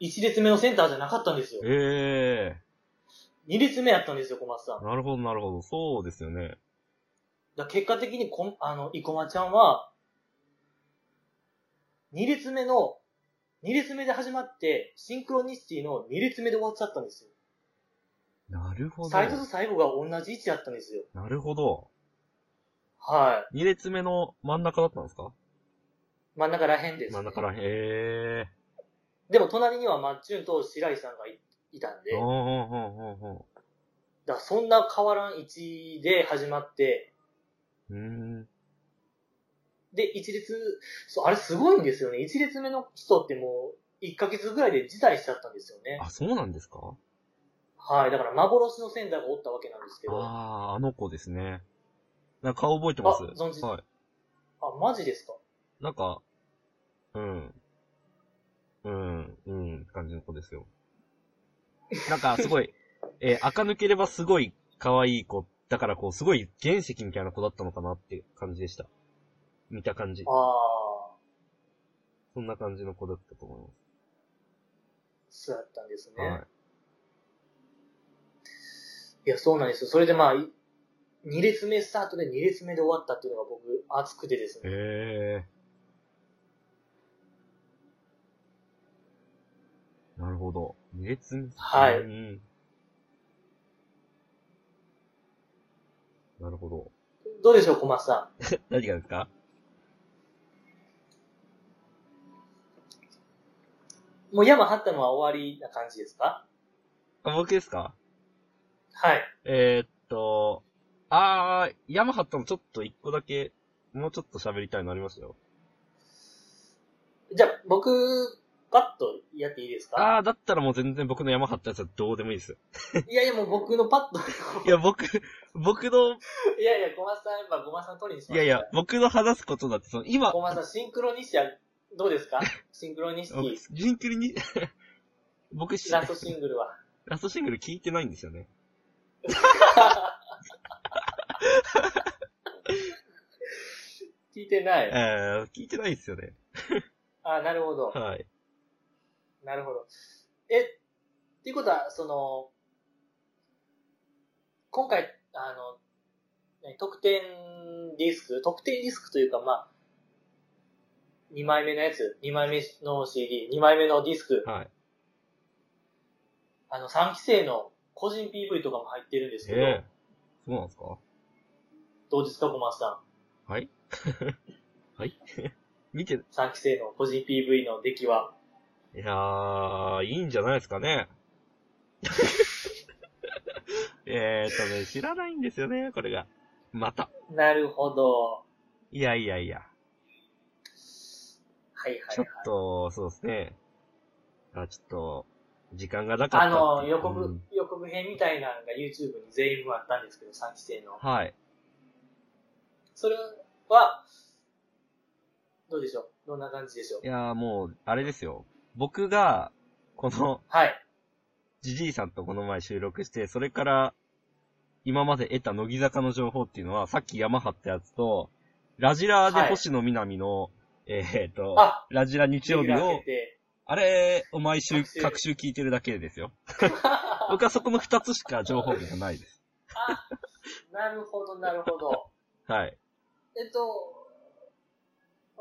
S2: 1列目のセンターじゃなかったんですよ。
S3: え
S2: 2列目やったんですよ、小松さん。
S3: ー。なるほどなるほど。そうですよね。
S2: だから結果的にこん、あの、生駒ちゃんは、2列目の、2列目で始まって、シンクロニシティの2列目で終わっちゃったんです
S3: なるほ
S2: よ。
S3: ど。
S2: 最初と最後が同じ位置だったんですよ。
S3: なるほど。
S2: は
S3: 二列目の真ん中だったんですか
S2: い。真ん中らへんです、
S3: 真ん中らへん。え
S2: でも隣にはマッチュンと白井さんがいいたんで
S3: ー。、おーおーおーおーお
S2: だからそんな変わらん位置で始まって、
S3: ーうーん。
S2: で、一列、そう、あれすごいんですよね。一列目の人ってもう、1ヶ月ぐらいで辞退しちゃったんですよね。
S3: あ、そうなんですか
S2: はい。だから幻のセンターがおったわけなんですけど。
S3: ああ、あの子ですね。なんか顔覚えてます
S2: あ存じ
S3: は
S2: あ、マジですか
S3: い。なんか、うん。うん、うん、って感じの子ですよ。なんか、すごい、えー、垢抜ければすごい可愛い子、だからこう、すごい原石みたいな子だったのかなっていう感じでした。見た感じ。
S2: ああ、
S3: そんな感じの子だったと思いま
S2: そうだったんです
S3: す。
S2: ね。
S3: はい。
S2: いや、そうなんですよ。それでまあ、い2列目スタートで2列目で終わったっていうのが僕、熱くてですね。
S3: ええなるほど。二列目
S2: はい
S3: うんなるほど。
S2: どうでしょう、小松さん。
S3: 何がですか
S2: もう山張ったのは終わりな感じですか
S3: あ僕ですか
S2: はい。
S3: えーっと、あー、ヤマハともちょっと一個だけ、もうちょっと喋りたいのありますよ。
S2: じゃあ、僕、パッとやっていいですか
S3: あー、だったらもう全然僕のヤマハったやつはどうでもいいです。
S2: いやいや、もう僕のパッと。
S3: いや、僕、僕の、
S2: いやいや、小松さん、やっぱ小松さん取りにし
S3: い
S2: ましょ
S3: や
S2: う
S3: いや、僕の話すことだって、その、今、
S2: 小松さん、シンクロニシア、どうですかシンクロニシ テ
S3: 僕
S2: ィ、
S3: ジンクルに、僕し、
S2: ラストシングルは。
S3: ラストシングル聞いてないんですよね。
S2: 聞いてない。
S3: えー、聞いてないですよね。
S2: あ、なるほど。
S3: はい。
S2: なるほど。え、っていうことは、その、今回、あの、何特典ディスク、特典ディスクというか、まあ、2枚目のやつ、2枚目の CD、2枚目のディスク、
S3: はい。
S2: あの、3期生の個人 PV とかも入ってるんですけど、
S3: えー、そうなんですか
S2: どうですか、小松さ
S3: はいはい見て、い
S2: ん。3期生の個人 PV の出来は。
S3: やー、いいんじゃないですかね。 えーっとね、知らないんですよね、これが。また。
S2: なるほど。
S3: いやいやいや。
S2: はいはいはい。
S3: ちょっと、そうですね。あ、ちょっと、時間がなかった
S2: あの、
S3: っていう
S2: 予告、
S3: うん
S2: 予告編みたいなのが YouTube に全員分あったんですけど、3期生の。
S3: はい。
S2: それは、どうでしょうどんな感じでしょう
S3: いやーもう、あれですよ。僕が、この、
S2: はい。
S3: ジジイさんとこの前収録して、それから、今まで得た乃木坂の情報っていうのは、さっき山張ったやつと、ラジラーで星野みなみの、えーっと、
S2: あ
S3: ラジラ日曜日
S2: レギュラー
S3: を
S2: 決、定
S3: あれを毎週
S2: 各、週
S3: 各週聞いてるだけです よ。僕はそこの二つしか情報源がないです。
S2: なるほど、なるほど。
S3: はい。
S2: えっと、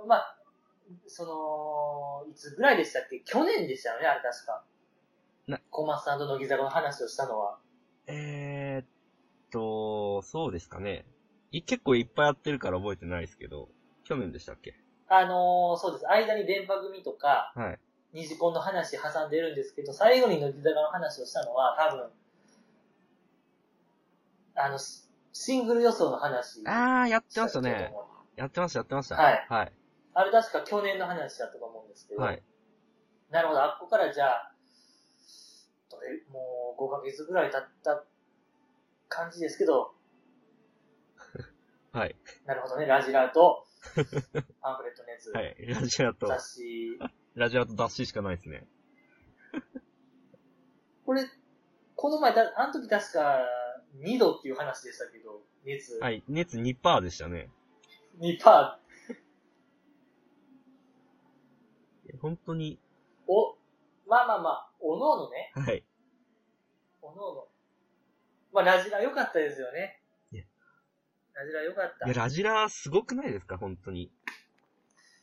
S2: まあ、その、いつぐらいでしたっけ去年でしたよね、あれ確か
S3: な。
S2: 小松さんと乃木坂の話をしたのは。
S3: えー、っと、そうですかね。い結構いっぱいやってるから覚えてないですけど、去年でしたっけ
S2: あのーそうです。間に電波組とか、
S3: はい。
S2: ニジコンの話挟んでるんですけど、最後に乃木坂の話をしたのは、多分、あの、シシングル予想の話。
S3: あー、やっ
S2: して
S3: ました
S2: けど
S3: ね。
S2: も。
S3: やってました、やってました。
S2: はい。
S3: はい。
S2: あれ確か去年の話だったと思うんですけど、
S3: はい。
S2: なるほど、あっこからじゃあ、どれもう5ヶ月ぐらい経った感じですけど、
S3: はい。
S2: なるほどね、ラジラ と、パンフレットのやつ、
S3: はい。ラジアと、
S2: 雑誌、
S3: ラジアと脱脂しかないですね。
S2: これ、この前だ、あの時確か2度っていう話でしたけど、熱、
S3: はい。熱2%でしたね。
S2: 2パ
S3: 本当に、
S2: ー、お、まあまあまあ、おのおのね、
S3: はい。
S2: おのおの。まあ、ラジラ良かったですよね
S3: いや。
S2: ラジラ良かった
S3: いや、。ラジラすごくないですか、本当に。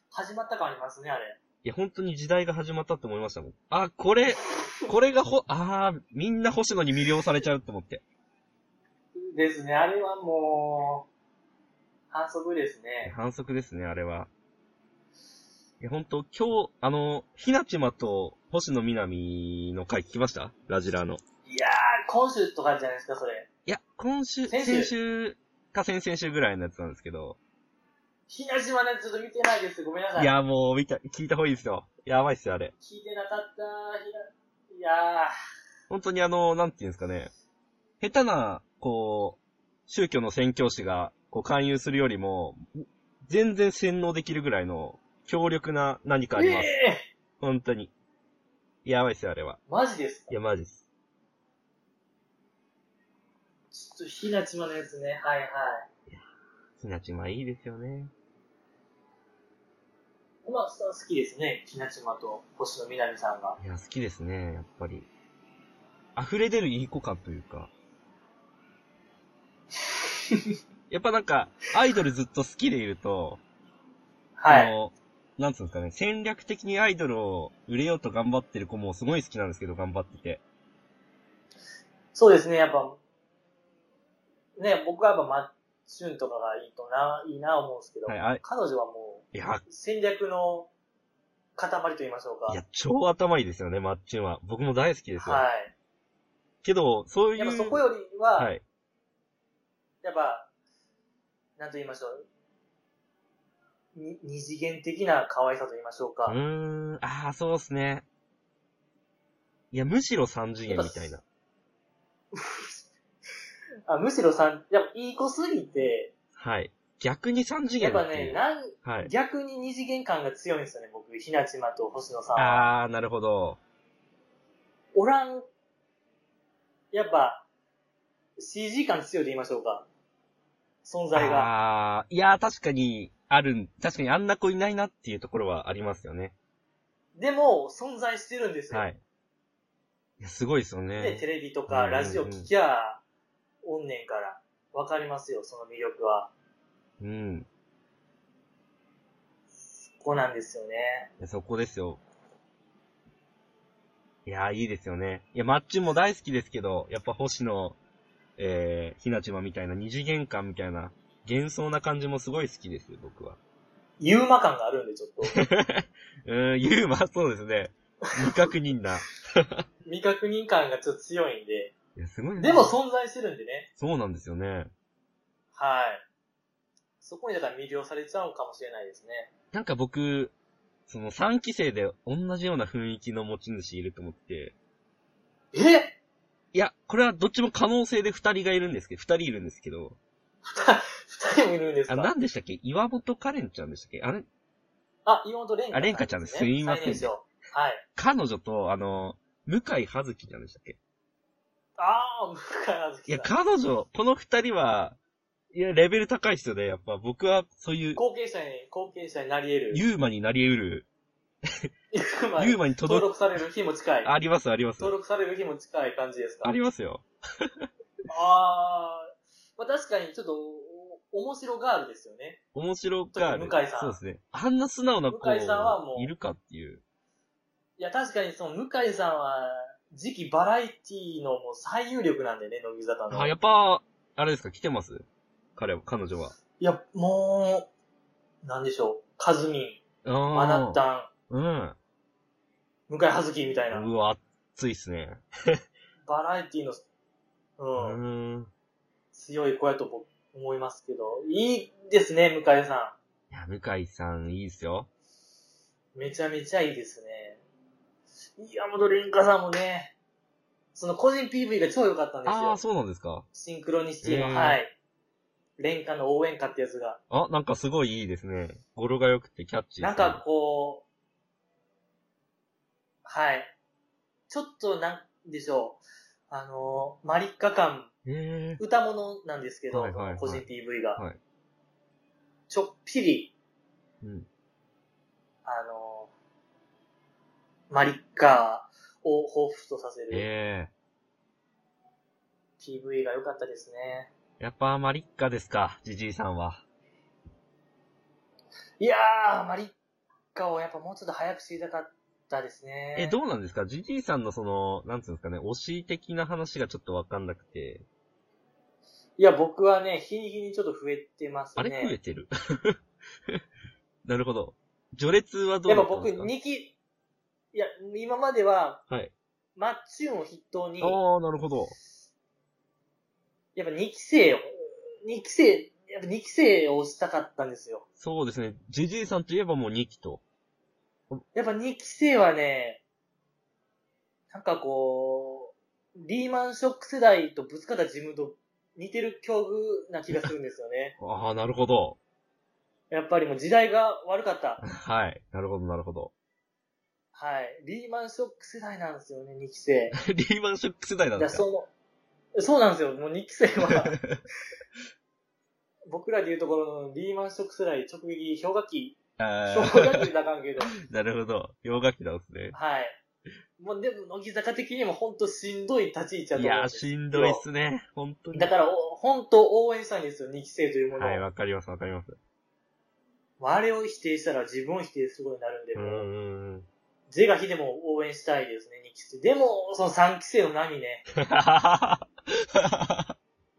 S2: 始まった感ありますね、あれ。
S3: いや、本当に時代が始まったって思いましたもん。あ、これ、これがほ、あー、みんな星野に魅了されちゃうって思って。
S2: ですね、あれはもう、反則ですね。
S3: 反則ですね、あれは。いや、ほんと、今日、あの、ひなちまと星野みなみの回聞きましたラジラの。
S2: いやー、今週とかじゃないですか、それ。
S3: いや、今週、
S2: 先
S3: 先
S2: 週
S3: 週か先々週ぐらいのやつなんですけど。
S2: ひなじまね、ちょっと見てないです。ごめんなさい。
S3: いや、もう、見た、聞いた方がいいですよ。やばいっすよ、あれ。
S2: 聞いてなかった。ひな、いや
S3: 本当にあの、なんていうんですかね。下手な、こう、宗教の宣教師が、こう、勧誘するよりも、全然洗脳できるぐらいの、強力な何かあ
S2: ー。
S3: ります。
S2: え
S3: 本当に。やばいっすよ、あれは。
S2: ー、マジですか
S3: いや、マジです。
S2: ちょっとひなちまのやつね。はいはい。
S3: ひなちまいいですよね。
S2: まあ、好きですね。ひなちまと星野みなみさん が。
S3: いや、好きですね、やっぱり。溢れ出るいい子感というか。やっぱなんか、アイドルずっと好きでいると、
S2: は
S3: あ
S2: い。
S3: の、なんつうんですかね、戦略的にアイドルを売れようと頑張ってる子もすごい好きなんですけど、頑張ってて。
S2: そうですね、やっぱ、ね、僕はやっぱマッチュンとかがいいとな、いいな思うんですけど、
S3: はい、あい
S2: 彼女はも
S3: や、
S2: う、戦略の塊と言いましょうか。
S3: いや、超頭いいですよね、マッチンは。僕も大好きですよ。
S2: は
S3: けど、そう
S2: い。
S3: い
S2: やっ
S3: う。
S2: ぱそこよりは、
S3: はい。
S2: やっぱ、なんと言いましょう。に二次元的な可愛さと言いましょうか。
S3: うーん、ああ、そうっすね。いや、むしろ三次元みたいな。
S2: あむしろさん、やっぱいい子すぎて、
S3: はい。逆に三次
S2: やっ
S3: 元
S2: ぱ
S3: だってい
S2: ね、
S3: う。
S2: なん
S3: はい。
S2: 逆に二次元感が強いんですよね、僕。ひなちまと星野さんは。
S3: ああ、なるほど。
S2: おらん、やっぱ、CG 感強いと言いましょうか。存在が。
S3: ああー、いやー、確かに、あるん、確かにあんな子いないなっていうところはありますよね。
S2: でも、存在してるんですよ。
S3: はい。いや、すごいですよ
S2: で、
S3: ね
S2: テ。レビとか
S3: うん
S2: ラジオ聞きゃ、おんねんから、わかりますよ、その魅力は。
S3: うん。
S2: そこなんですよね。
S3: いやそこですよ。いやー、いいですよね。いや、マッチンも大好きですけど、やっぱ星野、えー、ひなちまみたいな二次元感みたいな、幻想な感じもすごい好きですよ、僕は。
S2: ユーマ感があるんで、ち ょっと。
S3: うーん、ユーマ、そうですね。未確認だ。
S2: 未確認感がちょっと強いんで。
S3: いや、すごいね
S2: でも存在してるんでね。
S3: そうなんですよね。
S2: はい。そこにだから魅了されちゃうかもしれないですね。
S3: なんか僕、その3期生で同じような雰囲気の持ち主いると思って、
S2: え
S3: いや、これはどっちも可能性で2人がいるんですけど、2人いるんですけど、
S2: 二人もいるんです
S3: あ、
S2: か
S3: なんでしたっけ岩本カレンちゃんでしたっけあれ
S2: あ、妹蓮華
S3: あ蓮華ちゃんですすいませ
S2: 最
S3: ん
S2: 年少はい。
S3: 彼女と、あの、向井葉月ちゃんでしたっけ
S2: ああ、向井葉月さん。
S3: いや、彼女、この2人は、いや、レベル高い人で、やっぱ僕はそういう、
S2: 後継者に、後継者になり得る。
S3: ユーマになり得る、
S2: ゆうま
S3: ユーマに
S2: 登
S3: 届く、
S2: 録される日も近い。
S3: ありますあります。
S2: 登録される日も近い感じですか
S3: ありますよ。
S2: ああ、まあ確かにちょっと、お面白ガールですよね。
S3: 面白が
S2: 特に向井さん
S3: そうですね。あんな素直な子、
S2: 向井さんはもう
S3: いるかっていう。
S2: いや、確かにその、向井さんは、次期バラエティのもう最有力なんでね、乃木坂の。
S3: あ、やっぱ、あれですか、来てます彼は、彼女は。
S2: いや、もう、なんでしょう。カズミン、
S3: あ
S2: マナッ
S3: た。
S2: タ
S3: うん。
S2: ン、向井葉月みたいな。
S3: うわ、熱いっすね。
S2: バラエティの、
S3: う
S2: うん、
S3: ーん。
S2: 強い子やと僕思いますけど、いいですね、向井さ
S3: いや、向井さん、いいっすよ。
S2: ん。めちゃめちゃいいですね。いや、もうレンカさんもね、その個人 PV が超良かったんです
S3: ああ、
S2: よ。
S3: そうなんですか。
S2: シンクロニシティ
S3: へ
S2: の、
S3: ー
S2: はい。レンカの応援歌ってやつが。
S3: あ、なんかすごいいいですね。語呂が良くてキャッチー
S2: なんか、こう、はい。ちょっとなんでしょう。あの、マリッカ感、
S3: へえ。
S2: 歌物なんですけど、
S3: はいはいはい
S2: 個人 PV が。
S3: はい
S2: ちょっぴり、
S3: うん。
S2: あの、マリッカーを彷彿とさせる
S3: え
S2: PV が良かったですね。
S3: えやっぱ、マリッカですか、ジジイさんは。
S2: いやー、マリッカをやっぱもうちょっと早く知りたかったですね。
S3: え、どうなんですかジジイさんのその、なんつうんですかね、推し的な話がちょっとわかんなくて。
S2: いや、僕はね、日に日にちょっと増えてますね。
S3: あれ増えてる なるほど。序列はどう
S2: やっ
S3: だ
S2: ぱ
S3: ったん
S2: 僕、
S3: ですか
S2: 2期、いや、今までは、
S3: はい。
S2: マッチュンを筆頭に、
S3: ああ、なるほど。
S2: やっぱ2期生を、2期生、やっぱ2期生をしたかったんですよ。
S3: そうですね。ジジイさんといえばもう2期と。。
S2: やっぱ2期生はね、なんかこう、リーマンショック世代とぶつかった自分と似てる境遇な気がするんですよね
S3: ああ、なるほど。
S2: やっぱりもう時代が悪かった。
S3: はい。なるほど、なるほど。
S2: はい。リーマンショック世代なんですよね、2期生。
S3: リーマンショック世代なん
S2: だ
S3: で
S2: から
S3: すか
S2: そそうなんですよ。もう2期生は、 僕らでいうところのリーマンショック世代直撃氷河期。
S3: あ
S2: 氷河期って言ったらあかんけど。
S3: ー、 なるほど。洋楽器なんですね。
S2: はい。もうでも、乃木坂的にも本当しんどい立ち位置だと思う
S3: い
S2: ん
S3: やー、
S2: です
S3: しんどいっすね。本当に
S2: だ。から、お本当応援したいんですよ、2期生というものを。
S3: はい、わかります、わかります。
S2: もうあれを否定したら自分を否定することになるんで、
S3: う
S2: もうん
S3: うん うん。
S2: ゼガヒでも応援したいですね、2期生。でも、その3期生の波ね、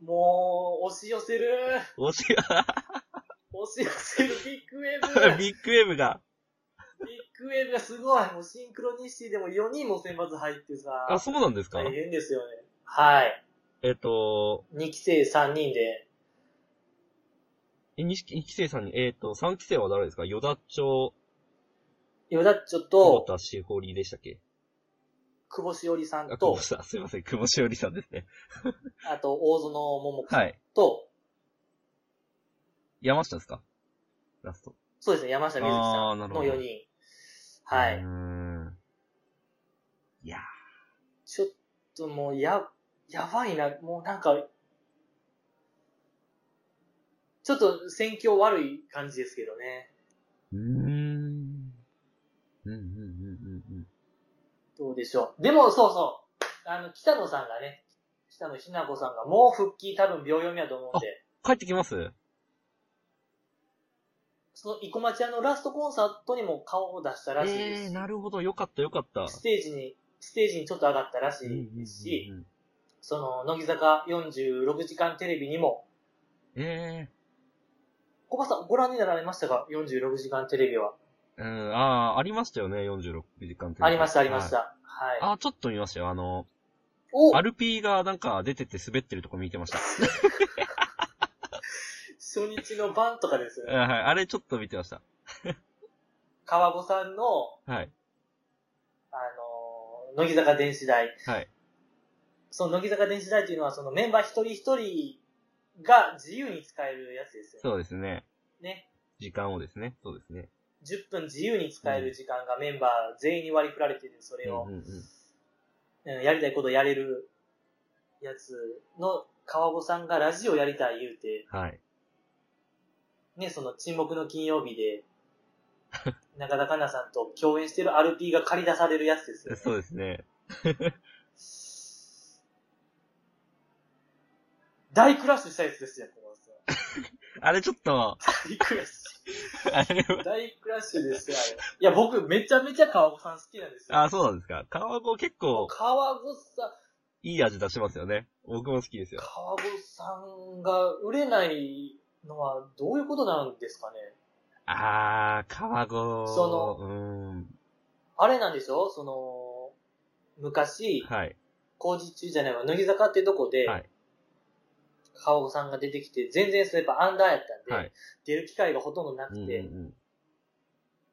S2: もう、押し寄せる、
S3: おし、
S2: 押し寄せるビッグウェブ、ビッ
S3: ビッグウェーブが。
S2: グウェブがすごい、もうシンクロニシティでも4人も選抜入ってさ、
S3: あ、そうなんですか
S2: 大変ですよね。はい。
S3: えっと、
S2: 2期生3人で、
S3: え、二期二期生さんに、えっと、三期生は誰ですか与田町、
S2: ヨダッチョ
S3: 久保
S2: と、
S3: 田しほりでしたっけ
S2: 久保しおりさん
S3: あ、久
S2: と
S3: 保、さん、すいません、久保しおりさんですね。
S2: あと、大園桃子
S3: はい。
S2: と、
S3: 山下ですかラスト。
S2: そうですね、山下美月さ
S3: あーなんるほ
S2: の
S3: ど
S2: 4人。は
S3: う
S2: い
S3: ー。ん。いや
S2: ちょっともう、や、やばいな、もうなんか、ちょっと戦況悪い感じですけどね。
S3: ー。うーん。うんうんうんうんうん。
S2: どうでしょう。でも、そうそう。あの、北野さんがね、北野ひな子さんがもう復帰多分秒読みやと思うんで、
S3: 帰ってきます
S2: その生駒ちゃんのラストコンサートにも顔を出したらしいで
S3: え
S2: す
S3: ー、
S2: し、
S3: なるほど、よかったよかった。
S2: ステージに、ステージにちょっと上がったらしいですし、
S3: うんうんうんうん
S2: その、乃木坂46時間テレビにも、
S3: え
S2: 小林さんご覧になられましたか ?46 時間テレビは。
S3: ー、うん、あー、ありましたよね、46時間テレ
S2: あ
S3: ビ
S2: りました、ありまし。
S3: はい
S2: た。はい。
S3: あー、ちょっと見ましたよ、あの、
S2: お
S3: アルピーがなんか出てて滑ってるとこ見てました。
S2: 初日の晩とかですよ
S3: うん
S2: ね。
S3: はい。あれちょっと見てました。
S2: 川子さんの、
S3: はい。
S2: あのー乃木坂電子代。
S3: はい。
S2: その乃木坂電子代というのは、そのメンバー一人一人が自由に使えるやつですよ
S3: そうですね。
S2: ね。
S3: 時間をですね。そうですね。
S2: 10分自由に使える時間がメンバー全員に割り振られてて、それを
S3: うん、うんうん、
S2: うんやりたいことやれるやつの川子さんがラジオやりたい言うて、
S3: はい。
S2: ね、その沈黙の金曜日 で、中田香奈さんと共演してる RP が借り出されるやつですよ、ね。
S3: そうですね。
S2: 大クラッシュしたやつですよ、この人
S3: あれちょっと、
S2: 大クラッシ
S3: あれ
S2: ュ。大クラッシュですよ、あれいや、僕めちゃめちゃ川子さん好きなんですよ。
S3: あ、そうなんですか。川子結構
S2: 川子さん、
S3: いい味出しますよね。僕も好きですよ。
S2: 川子さんが売れないのはどういうことなんですかね。
S3: あー、川子。
S2: そ
S3: の、うーん。
S2: あれなんでしょその、昔、
S3: はい。
S2: 工事中じゃないわ、乃木坂ってとこで、
S3: はい
S2: 川尾さんが出てきて、全然そういえばアンダーやったんで、
S3: はい。
S2: 出る機会がほとんどな
S3: う
S2: く
S3: んうん
S2: て、
S3: うん。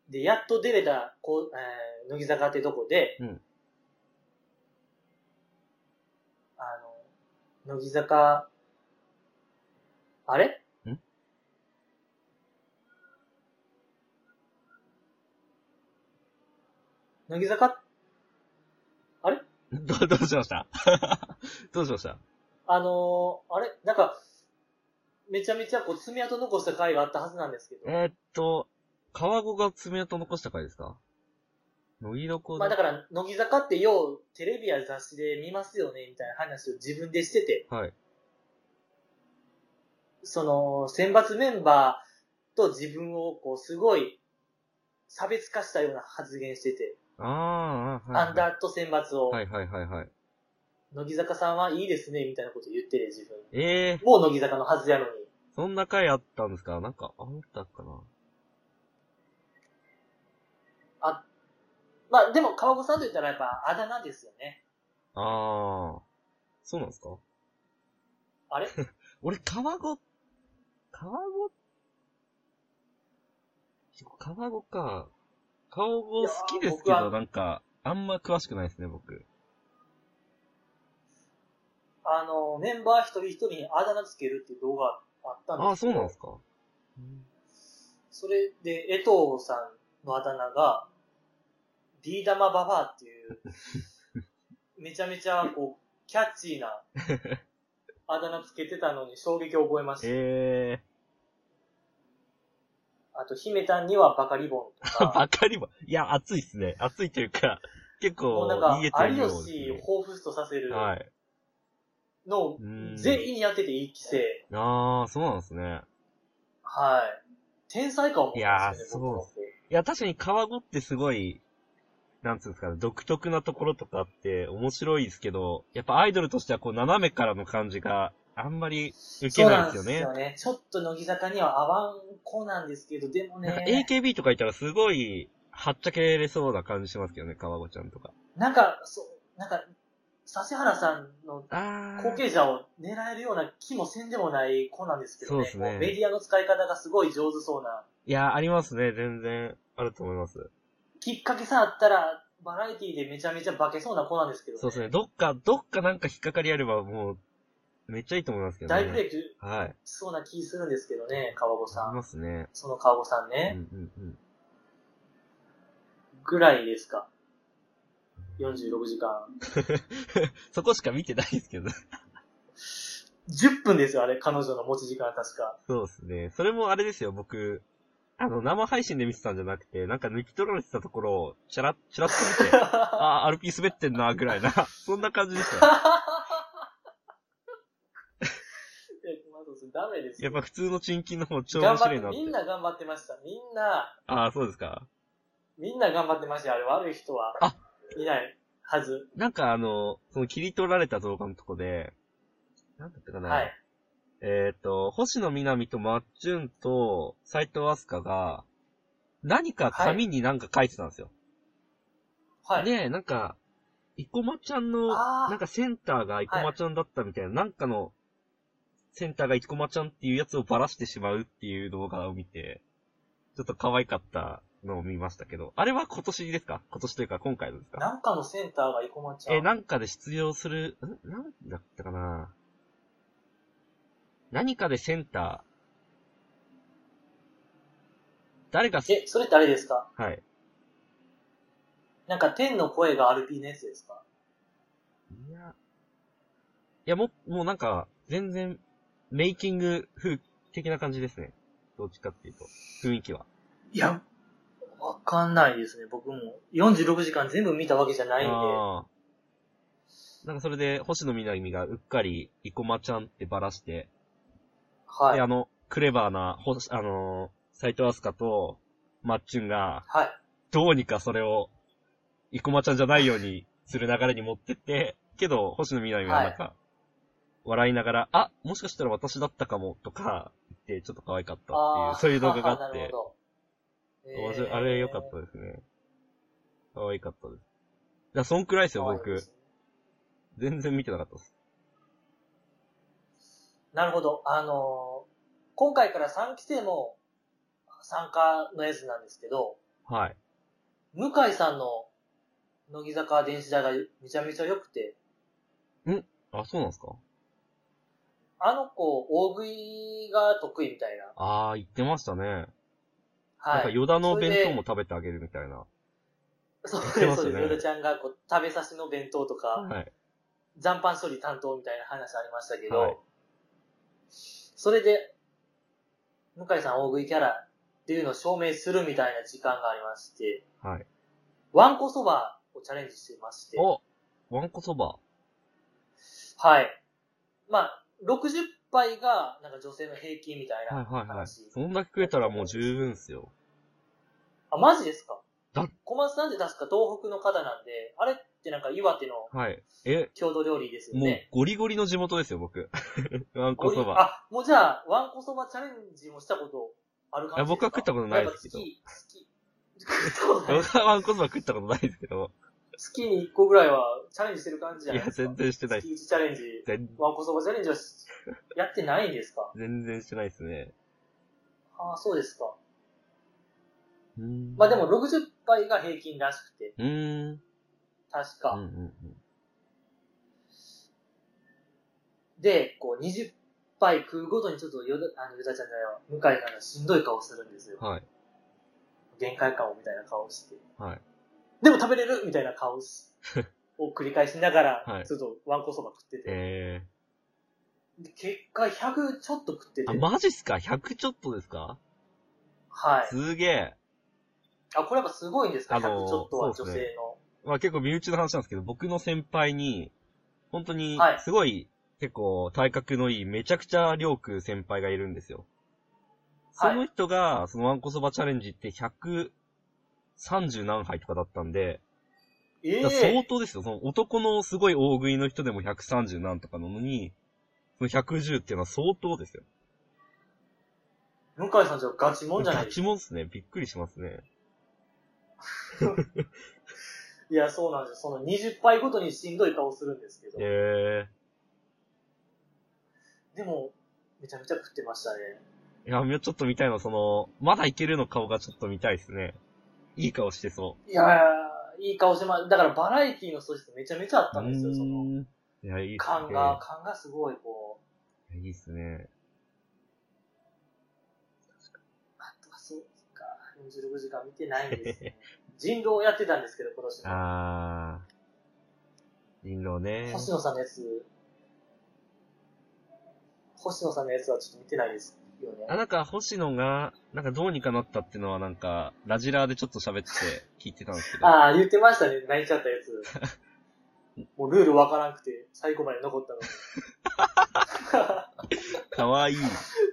S2: で、やっと出れた、こう、えー乃木坂ってとこで、
S3: うん
S2: あの、乃木坂、あれ
S3: ん
S2: 乃木坂、
S3: ど、どうしました どうしました
S2: あのーあれなんか、めちゃめちゃこう爪痕残した回があったはずなんですけど。
S3: えーっと、川子が爪痕残した回ですか乃木床
S2: まあだ
S3: で。
S2: から、乃木坂ってようテレビや雑誌で見ますよね、みたいな話を自分でしてて、
S3: はい。
S2: その、選抜メンバーと自分をこう、すごい、差別化したような発言してて、
S3: あー、あーはい。
S2: アンダーと選抜を、
S3: はいはいはいはい。
S2: 乃木坂さんはいいですね、みたいなこと言ってて、自分。
S3: ええ
S2: もう乃木坂のはずやのに。
S3: そんな回あったんですかなんか、あったかな
S2: まあでも、川子さんと言ったらやっぱ、あだ名ですよね。
S3: あー。そうなんですか
S2: あれ
S3: 俺、川子、川子、川子か。川子好きですけ
S2: いやー僕は
S3: ど、なんか、あんま詳しくないですね、僕。
S2: あの、メンバー一人一人にあだ名つけるっていう動画あったんです
S3: あー、そうなん
S2: で
S3: ですすか
S2: それで、江藤さんのあだ名が、ビー 玉ババアっていう、めちゃめちゃ、こう、キャッチーなあだ名つけてたのに衝撃を覚えました。
S3: え
S2: あと、姫たんにはバカリボンと
S3: ー、
S2: か、
S3: バカリボン。いや、熱いっすね。熱いというか、結
S2: も
S3: 構
S2: うなん、か
S3: 言え、てる
S2: 有
S3: よう
S2: 吉を
S3: で
S2: 彷彿とさせ
S3: す
S2: る
S3: ね。はい。
S2: のを
S3: うん
S2: 全員やってていい規制。
S3: あー、そうなんですね。
S2: はい。天才感を持ってますよね、
S3: いやー
S2: 僕
S3: そういや、確かに川語ってすごい、なんつうんですかね、独特なところとかあって面白いですけど、やっぱアイドルとしてはこう斜めからの感じがあんまり受け
S2: そう
S3: ない
S2: な
S3: で
S2: ん
S3: す
S2: で
S3: よ
S2: す
S3: ね。
S2: よね。ちょっと乃木坂には合わん子なんですけど、でも
S3: なんか
S2: ね、
S3: AKB とかいたらすごい、はっちゃけれそうな感じしますけどね、川子ちゃんとか。
S2: なんか、そう、なんか、指原さんの
S3: あ
S2: 後
S3: ー。
S2: 継者を狙えるような気もせんでもない子なんですけど
S3: そう
S2: ね。
S3: ですね
S2: もメディアの使い方がすごい上手そうな。
S3: いや、ありますね。全然、あると思います。
S2: きっかけさあったら、バラエティでめちゃめちゃ化けそうな子なんですけどね。
S3: そうですね。どっか、どっかなんか引っかかりあればもう、めっちゃいいと思いますけどね。
S2: 大ブレイクし
S3: はい。
S2: そうな気するんですけどね、川子さ
S3: あり
S2: ん。
S3: ますね。
S2: その川子さん
S3: うん
S2: ね。
S3: うんうん。
S2: ぐらいですか。46時間。
S3: そこしか見てないですけど。
S2: 10分ですよ、あれ、彼女の持ち時間は確か。
S3: そうですね。それもあれですよ、僕。あの、生配信で見てたんじゃなくて、なんか抜き取られてたところを、チャラッ、チャラッ と見て、あー、RP 滑ってんな、ぐらいな、 そんな感じでしたよ。
S2: えまあそうですダメです
S3: や
S2: よ
S3: っ。ぱ普通のチンキンの方超
S2: 頑
S3: 面
S2: 張っ
S3: 白
S2: て
S3: いなっ、て
S2: み。んな頑張ってました。みんな、
S3: ああ、そうですか。
S2: みんな頑張ってましたよ。あれ、悪い人は
S3: あ。
S2: いないはず。
S3: なんかあの、その切り取られた動画のとこで、なんだったかな。
S2: はい。
S3: えっ、と、星野みなみとマッチュンと斎藤飛鳥が、何か紙になんか書いてたんですよ。
S2: はい。
S3: で、なんか、生駒ちゃんの、
S2: あー
S3: なんかセンターが生駒ちゃんだったみたいな、なんかの、センターが生駒ちゃんっていうやつをばらしてしまうっていう動画を見て、ちょっと可愛かったのを見ましたけど、あれは今年ですか今年というか今回のですか
S2: なんかのセンターが生駒ちゃん。
S3: えー、なんかで出場する、んなんだったかな何かでセンター、誰がす、
S2: え、それってあれですか
S3: はい。
S2: なんか天の声が RP のやつですか
S3: いや。いや、も、もうなんか、全然、メイキング風的な感じですね。どっちかっていうと、雰囲気は。
S2: いや、わかんないですね、僕も。46時間全部見たわけじゃないんで。
S3: あーなんかそれで、星野みなみがうっかり、生駒ちゃんってばらして、
S2: はい
S3: で、。あの、クレバーな、ほし、あのー、斎藤飛鳥と、マッチュンが、
S2: はい。
S3: どうにかそれを、生駒ちゃんじゃないようにする流れに持ってって、けど、星野みなみはなんか、笑いながら、あ、もしかしたら私だったかも、とか、言って、ちょっと可愛かったっていう、そういう動画があ って、面白いあれ良かったですね。可愛かったです。いや、そんくらいですよ、僕。全然見てなかったです。
S2: なるほど。あのー今回から3期生も参加のやつなんですけど、
S3: はい。
S2: 向井さんの乃木坂電子代がめちゃめちゃ良くて、
S3: あ、そうなんですか
S2: あの子、大食いが得意みたいな。
S3: あー、言ってましたね。なん
S2: は
S3: か、
S2: い。
S3: ヨダの弁当
S2: それ
S3: も
S2: で
S3: 食べてあげるみたいな。
S2: そうで、
S3: 言ってますす
S2: そう
S3: よ
S2: で
S3: ね
S2: す。ヨダちゃんがこう食べさしの弁当とか、
S3: はい。
S2: 残飯処理担当みたいな話ありましたけど、
S3: はい
S2: それで、向井さん大食いキャラっていうのを証明するみたいな時間がありまして、
S3: はい。
S2: ワンコそばをチャレンジしてまして、
S3: おわんこそば。
S2: はい。まあ、60杯がなんか女性の平均みたい
S3: はい
S2: な
S3: はいはい。
S2: 話。
S3: そんだけ食えたらもう十分っすよ。
S2: あ、マジですか
S3: だ
S2: 小松さんって確か東北の方なんで、あれってなんか岩手の
S3: はい。え、
S2: 郷土料理ですよ
S3: もう
S2: ね。
S3: ゴリゴリの地元ですよ、僕。 わんこそば。
S2: あ、もうじゃあ、ワンコそばチャレンジもしたことある感じですか
S3: いや僕は食ったことないですけど
S2: やっぱ好き、好き。食ったことない。
S3: 僕はわんこそば食ったことないですけど。
S2: 月に1個ぐらいはチャレンジしてる感じじゃ
S3: い
S2: ない
S3: や、
S2: ですか。
S3: 全然してないです。
S2: 月1チャレンジ、
S3: 全
S2: ワンコそばチャレンジはしやってないんですか
S3: 全然してないですね。
S2: ああ、そうですか。
S3: うーん
S2: まあでも、60杯が平均らしくて、
S3: うーん。
S2: 確
S3: うん
S2: か。
S3: うん
S2: で、こう20杯食うごとにちょっとよだ、あの、よだちゃんじゃないわ、向井さんがしんどい顔するんですよ
S3: うん。。はい。
S2: 限界感をみたいな顔して。
S3: はい。
S2: でも食べれるみたいな 顔しを繰り返しなが
S3: は
S2: ら、
S3: い
S2: ちょっとワンコそば食ってて、
S3: え
S2: 結果100ちょっと食ってて。
S3: あ、マジっすか ?100 ちょっとですか
S2: はい。
S3: すげえ。
S2: あ、これやっぱすごいんですか、
S3: あのー
S2: ?100 ちょっとは
S3: そ
S2: 女
S3: うですね
S2: 性の。
S3: まあ結構身内の話なんですけど、僕の先輩に、本当に
S2: はい、
S3: すごい、結構体格のいい、めちゃくちゃ良く先輩がいるんですよ。
S2: は
S3: そ
S2: い
S3: の人が、そのワンコそばチャレンジって130何杯とかだったんで、
S2: ええ
S3: だから相当ですよ。その男のすごい大食いの人でも130何とかなのに、その110っていうのは相当ですよ。
S2: 向井さんじゃガチもんじゃない
S3: ガ
S2: です
S3: チ
S2: か。
S3: もんっすね。びっくりしますね。
S2: いや、そうなんですよ。その20杯ごとにしんどい顔するんですけど。
S3: え
S2: でも、めちゃめちゃ食ってましたね。
S3: えいや、ちょっと見たいの、その、まだいけるの顔がちょっと見たいですね。いい顔してそ
S2: いやー、いい顔してます。だからバラエティの素質めちゃめちゃあっ
S3: う。
S2: たんですよ、その。
S3: うーんいや、いいっすね。
S2: 感が、感がすごいこう、
S3: いやいいっすね。
S2: あとはそうか、46時間見てないんです ね。人狼やってたんですけど、今年も。
S3: あー。人狼ね。
S2: 星野さんのやつ、星野さんのやつはちょっと見てないですよ
S3: あ、
S2: ね。
S3: なんか、星野が、なんかどうにかなったっていうのは、なんか、ラジラーでちょっと喋って聞いてたんですけど。
S2: ああ、言ってましたね、泣いちゃったやつ。 もうルールわからなくて、最後まで残ったのに。
S3: かわいい。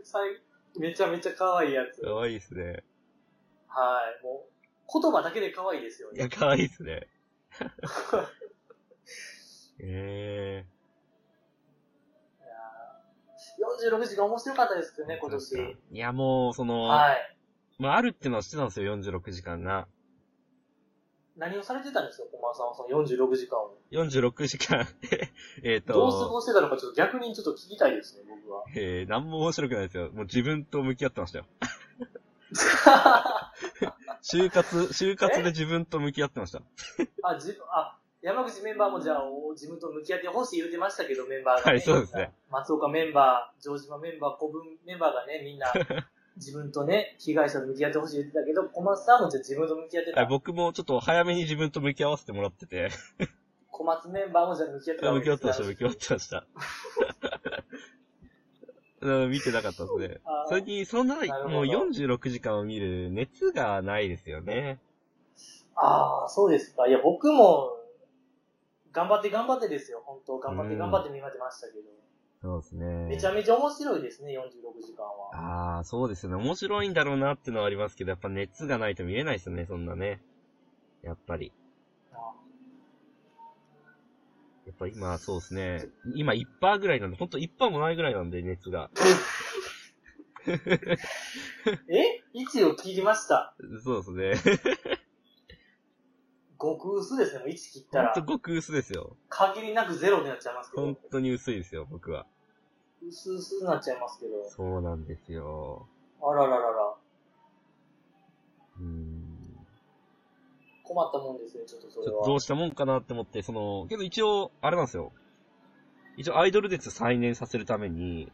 S2: 最めちゃめちゃ可愛いやつ。
S3: かわいいっすね。
S2: はい、もう、言葉だけで可愛いですよ
S3: い
S2: ね
S3: や、。かわいいっ すね。え
S2: いやー46時間面白かったですけど
S3: え
S2: ね、今年。
S3: いや、もう、その、
S2: はい。
S3: まあ、あるってのは知ってたんですよ、46時間が。
S2: 何をされてたんですか、駒さんはその46時間を。
S3: 46時間、 えっと、
S2: どう過ごしてたのか、ちょっと逆にちょっと聞きたいですね、僕は。
S3: えー、なんも面白くないですよ。もう自分と向き合って ましたよ。就活、就活で自分と向き合ってました。
S2: あ、じあ、山口メンバーもじゃあ、お自分と向き合ってほしい言うてましたけど、メンバーが、ね。
S3: はいそうですね。
S2: 松岡メンバー、城島メンバー、古文メンバーがね、みんな、自分とね、被害者と向き合ってほしい言ってたけど、小松さんもじゃあ自分と向き合って
S3: はい
S2: た。
S3: 僕もちょっと早めに自分と向き合わせてもらってて、
S2: 小松メンバーもじゃあ向き合ってたわ
S3: 向
S2: け
S3: き合ってました、
S2: ね
S3: 向き合って ました。 うん見てなかったですね。
S2: あー
S3: それに、そんな、
S2: るほど
S3: もう46時間を見る熱がないですよね。
S2: ああ、そうですか。いや、僕も、頑張って頑張ってですよ、本当頑張っ
S3: う
S2: て
S3: ん
S2: 頑張って見まってましたけど。
S3: そうですね。
S2: めちゃめちゃ面白いですね、46時間は。
S3: ああ、そうですよね。面白いんだろうなってのはありますけど、やっぱ熱がないと見れないですよね、そんなね。やっぱり。やっぱ今、そうですね。今1%ぐらいなんで、ほんと1%もないぐらいなんで、熱が。
S2: え ?1 を切りました。
S3: そうですね。
S2: 極薄ですね、もう1切った
S3: ほん
S2: ら
S3: と。ごく薄ですよ。
S2: 限りなくゼロになっちゃいますけ
S3: ほん
S2: ど。
S3: とに薄いですよ、僕は。
S2: 薄々になっちゃいますけど。
S3: そうなんですよ。
S2: あらららら。
S3: うーん。
S2: 困ったもんですね、ちょっとそ
S3: ち
S2: れ
S3: ょっとど
S2: は
S3: う。したもんかなって思って、その、けど一応、あれなんですよ。一応、アイドル熱再燃させるために、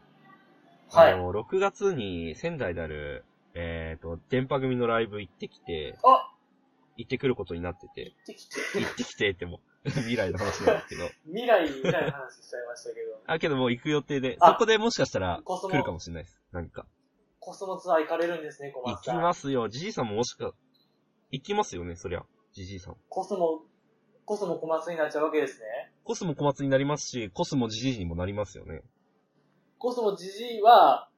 S2: はい
S3: あの、6月に仙台である、えっ、と、電波組のライブ行ってきて、
S2: あ
S3: 行ってくることになってて、
S2: できて、
S3: 行ってきてっても、 未来の話なんですけど。
S2: 未来みたいな話しちゃいましたけど。
S3: あ、けどもう行く予定で、
S2: あ
S3: そこでもしかしたら
S2: コス
S3: 来るか
S2: モ、
S3: もしれないです。何か。
S2: コスモツアー行かれるんですね、小
S3: 行
S2: 松
S3: き
S2: さん。
S3: ますよ。じじいさんももしか、行きますよね、そりゃ。じじいさん。
S2: コスモ、コスモ小松になっちゃうわけですね。
S3: コスモ小松になりますし、コスモじじいにもなりますよね。
S2: コスモジジイは、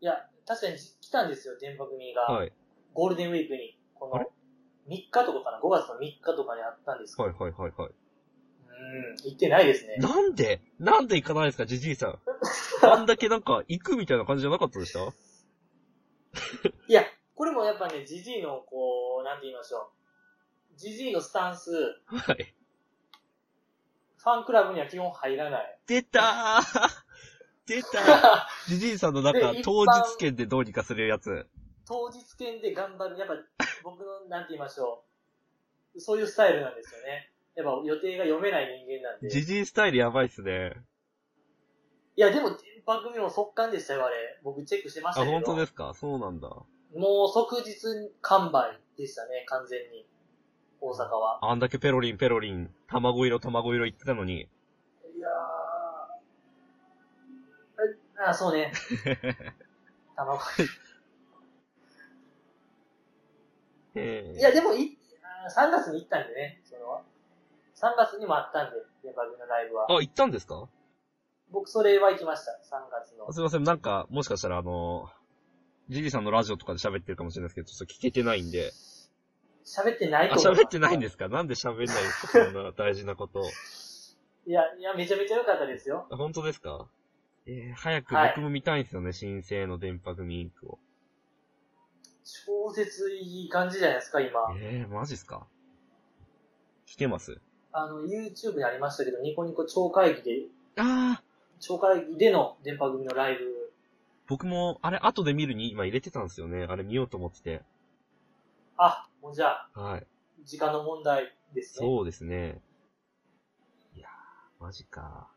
S2: いや、確かにじ来たんですよ、電波組が。
S3: はい。
S2: ゴールデンウィークに。こ
S3: あ
S2: の
S3: れ、
S2: 3日とかかな ?5 月の3日とかにあったんですけど。
S3: はいはいはいは
S2: う
S3: い。
S2: ん、行ってないですね。
S3: なんでなんで行かないですか、じじいさ ん。あんだけなんか、行くみたいな感じじゃなかったでした
S2: いや、これもやっぱね、ジジイの、こう、なんて言いましょう。ジジイのスタンス、フ
S3: はい。
S2: ァンクラブには基本入らない。
S3: 出たー出た ーじじいさんのなんか
S2: で、一
S3: 当
S2: 般
S3: 日券でどうにかするやつ。
S2: 当日券で頑張る。やっぱ、僕の、なんて言いましょう。そういうスタイルなんですよね。やっぱ予定が読めない人間なんで。
S3: じじいスタイルやばいっすね。
S2: いや、でも、番組の速乾でしたよ、あれ。僕チェックしてまし
S3: あ、
S2: たけど。
S3: 本当ですかそうなんだ。
S2: もう即日完売でしたね、完全に。大阪は。
S3: あんだけペロリンペロリン、卵色卵色言ってたのに。
S2: いやー。あ、そうね。卵。
S3: え
S2: いや、でもい、あー3月に行ったんでね、その、3月にもあったんで、デバグのライブは。
S3: あ、行ったんですか
S2: 僕、それは行きました、3月の
S3: あ。すいません、なんか、もしかしたらあの、ジリさんのラジオとかで喋ってるかもしれないですけど、ちょっと聞けてないんで。
S2: 喋ってない
S3: あ、
S2: と思う。。
S3: 喋ってないんですすかなんで喋んないんですかそんな大事なことを。
S2: いや、いや、めちゃめちゃ良かったですよ。
S3: あ本当ですかえー、早く
S2: はい
S3: 僕も見たいんですよね、新生の電波組インクを。
S2: 超絶いい感じじゃないですか、今。
S3: えー、マジっすか聞けます
S2: あの、YouTube にありましたけど、ニコニコ超会議で、
S3: ああ
S2: 超会議での電波組のライブ。
S3: 僕も、あれ、後で見るに今入れてたんですよね。あれ見ようと思ってて。
S2: あ、もうじゃあ、
S3: はい。
S2: 時間の問題ですね。
S3: そうですね。いやー、マジか。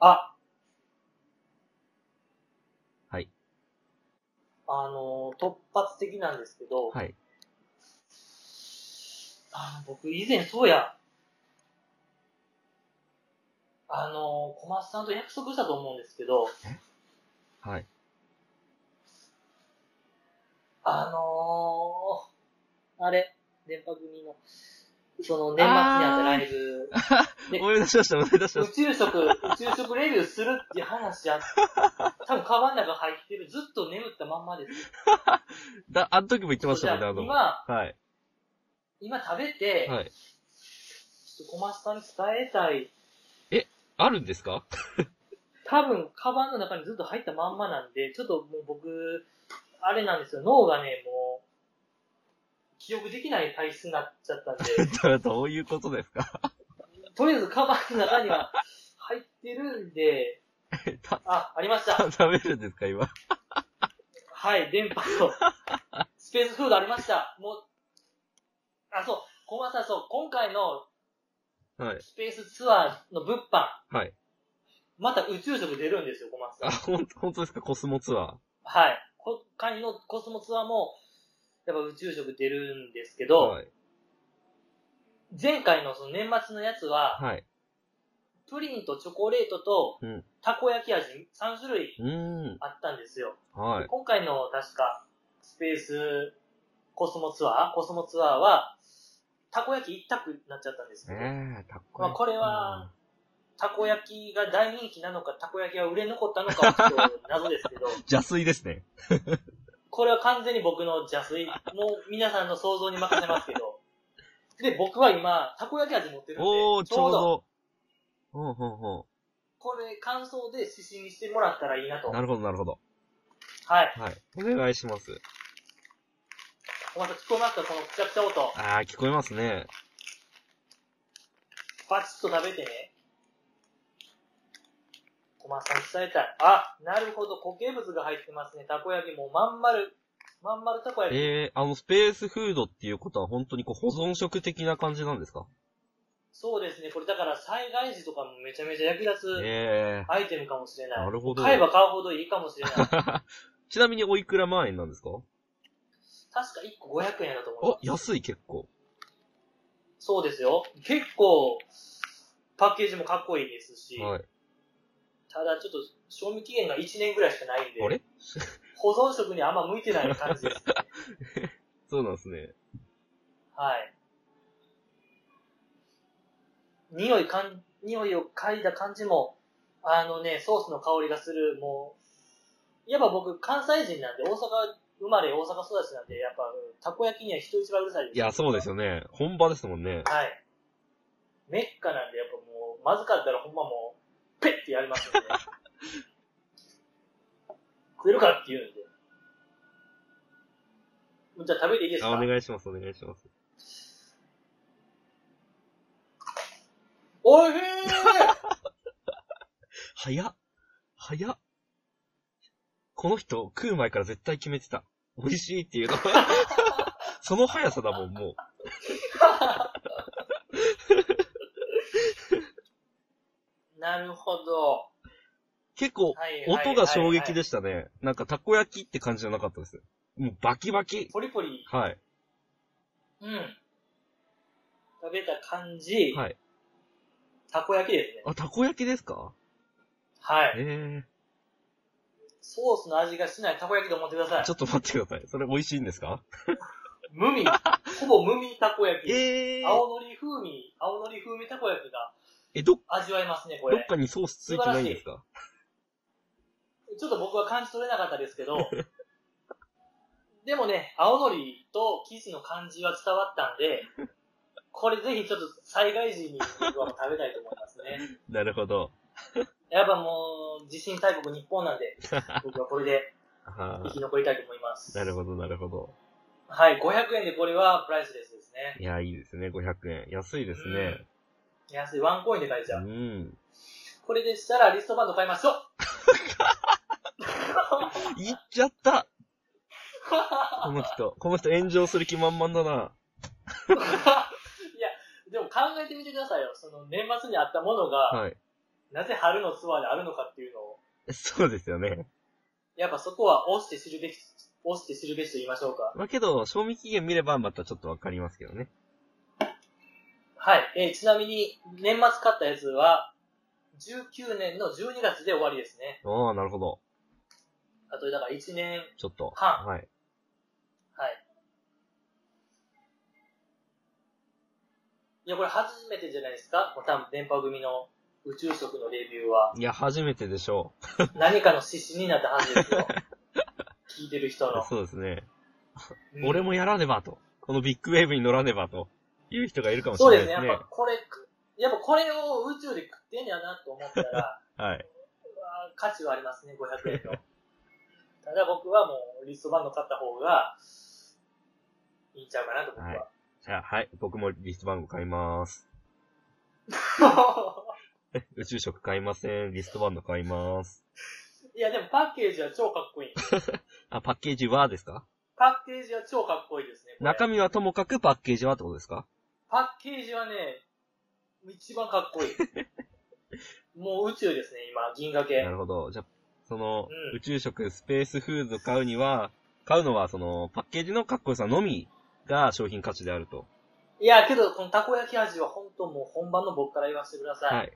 S2: あ。
S3: はい。
S2: あの、突発的なんですけど、
S3: はい。
S2: あの僕以前そうや、あの、小松さんと約束したと思うんですけど、
S3: はい。
S2: あのー、あれ、電波組の、その年末にあったライブ、で
S3: 思い出しました、思い出しま
S2: 宇
S3: し
S2: 宙食、宇宙食レビューするっていう話やった。多分カバンの中入ってる。ずっと眠ったまんまです。
S3: た。だ、あの時も言ってましたもんね、あの。は
S2: 今、
S3: い。
S2: 今食べて、
S3: はい。
S2: ちょっと小松さんに伝えたい。
S3: あるんですか
S2: 多分、カバンの中にずっと入ったまんまなんで、ちょっともう僕、あれなんですよ、脳がね、もう、記憶できない体質になっちゃったんで、
S3: どどういうことですか
S2: とりあえずカバンの中には入ってるんで、
S3: た
S2: あ、ありました。
S3: 食べるんですか、今。
S2: はい、電波 と、スペースフードありました。もう、あ、そう、小松さん、そう、今回の
S3: はい。
S2: スペースツアーの物販、
S3: はい。
S2: また宇宙食出るんですよ、小松さ
S3: あ、
S2: ん。
S3: ほん、本当ですか、コスモツア
S2: はい。こ今回のコスモツアーも、やっぱ宇宙食出るんですけ
S3: ー。
S2: ど、
S3: はい。
S2: 前回のその年末のやつは、
S3: はい。
S2: プリンとチョコレートと
S3: うん、
S2: たこ焼き味3種類
S3: うーん。
S2: あったんですよ。
S3: はい。
S2: 今回の確か、スペースコスモツアー、コスモツアーは、たこ焼き一択になっちゃったんですけど、
S3: ええ、たっこ
S2: ま
S3: い
S2: あ
S3: い。
S2: これは、たこ焼きが大人気なのか、たこ焼きが売れ残ったのかはちょっと謎ですけ ど、
S3: 邪推ですね。
S2: これは完全に僕の邪推、もう皆さんの想像に任せますけど、で、僕は今、たこ焼き味持ってるんで、
S3: おー、ち
S2: ちょ
S3: ょ
S2: う
S3: う
S2: ど、
S3: ど。ほうほうほ
S2: これ感想で指針にしてもらったらいいなと。
S3: う。なるほど、なるほど。
S2: はい。
S3: はい。お願いします。
S2: お待たせ聞こえますかこのくちゃくちゃ音。
S3: あー、聞こえますね。
S2: バチッと食べてね。小松さんに伝えたい。あ、なるほど。固形物が入ってますね。たこ焼きもうまん丸。まん丸たこ焼き。
S3: えー、あの、スペースフードっていうことは本当にこう、保存食的な感じなんですか
S2: そうですね。これだから災害時とかもめちゃめちゃ役立つ
S3: え
S2: アイテムかもしれ
S3: ー、
S2: な。
S3: ないるほど。
S2: 買えば買うほどいいかもしれな い。確か
S3: ちなみにおいくら万円なんですか
S2: 1個500円だと思う、。
S3: あ安い結構。
S2: そうですよ。結構、パッケージもかっこいいですし、
S3: はい。
S2: ただちょっと賞味期限が1年ぐらいしかないんで、
S3: あれ
S2: 保存食にあんま向いてない感じですね。
S3: そうなんですね。
S2: はい。匂いかん、匂いを嗅いだ感じも、あのね、ソースの香りがする、もう、やっぱ僕、関西人なんで、大阪生まれ、大阪育ちなんで、やっぱ、たこ焼きには人一倍うるさいです。
S3: いや、そうです
S2: よ。
S3: よね。本場ですもんね。
S2: はい。メッカなんで、やっぱもう、まずかったらほんまもう、ペッてやります よね。食えるかって言うんで。じゃあ食べていいです
S3: あ、
S2: か
S3: お願いします、お願いします。
S2: おいしい
S3: 早っ早っこの人、食う前から絶対決めてた。美味しいっていう の。その速さだもん、もう。
S2: なるほど。
S3: 結
S2: は
S3: 構、
S2: いはい
S3: 音が衝撃
S2: はいは
S3: でしたね。なんか、たこ焼きって感じじゃなかったです。もう、バキバキ
S2: い。ポリポリ。
S3: はい。
S2: うん。食べた感じ。
S3: はい。
S2: たこ焼きですね。
S3: あ、たこ焼きですか
S2: はい。
S3: え
S2: ソースの味がしないたこ焼きと思ってくだ
S3: え
S2: さい
S3: ちょ。っと待ってください。それ美味しいんですか
S2: 無 味。ほぼ無味たこ焼き。
S3: ええ
S2: 青のり風味、青のり風味たこ焼きが
S3: え、ど、
S2: 味わえますね、こ
S3: ど
S2: れ
S3: っ。かにソースついてないんですか
S2: ちょっと僕は感じ取れなかったですけ ど、でもね、青のりと生地の感じは伝わったんで、これぜひちょっと災害時に僕は食べたいと思いますね。
S3: なるほど。
S2: やっぱもう、地震大国日本なん で、僕はこれで
S3: は
S2: 生き残りたいと思います。
S3: あ、なるほど、なるほど。
S2: はい、500円でこれはプライスレスですね。
S3: いや、いいですね、500円。安いですね。
S2: 安い、ワンコインで買えち
S3: う
S2: ゃう。
S3: ん。
S2: これでしたらリストバンド買いましょう
S3: いっち ゃったこの人。この人炎上する気満々だな。
S2: いや、でも考えてみてくださいよ。その年末にあったものが、
S3: はい。
S2: なぜ春のツアーであるのかっていうのを、
S3: そうですよね。
S2: やっぱそこは押して知るべき、押して知るべしと言いましょうか。
S3: まあけど、賞味期限見ればまたちょっとわかりますけどね。
S2: はい。えーちなみに、年末買ったやつは、19年の12月で終わりですね。
S3: ああ、なるほど。
S2: あと、だから1年、
S3: ちょっと。
S2: は
S3: はい。。
S2: はい。いや、これ初めてじゃないですかもう多分、電波組の宇宙食のレビューは
S3: いや、初めてでしょ
S2: 何かの指針になったはずですよ。聞いてる人
S3: う
S2: の。。
S3: そうですね。
S2: うん
S3: 俺もやらねばと。このビッグウェーブに乗らねばと。いう人がいるかもし
S2: そう
S3: れな
S2: で
S3: い
S2: すね。
S3: です
S2: やっ
S3: ね。
S2: ぱこれ、やっぱこれを宇宙で食ってんやなと思ったら、
S3: はい。
S2: あー価値はありますね、500円の。ただ僕はもう、リストバンド買った方が、いいんちゃうかなと僕は。
S3: じゃあ、はい。僕もリストバンド買います。宇宙食買いません。リストバンド買います。
S2: い、や、でもパッケージは超かっこいい。
S3: あ、パッケージはですか
S2: パッケージは超かっこいいですね。これ
S3: 中身はともかくパッケージはってことですか
S2: パッケージはね、一番かっ こいい。もう宇宙ですね、今、銀河系
S3: な。るほど。じゃあ、その、
S2: うん
S3: 宇宙食、スペースフード買うには、買うのはその、パッケージのかっこよさのみが商品価値であると。
S2: いや、けど、このたこ焼き味は本当もう本番の僕から言わせてください。
S3: はい。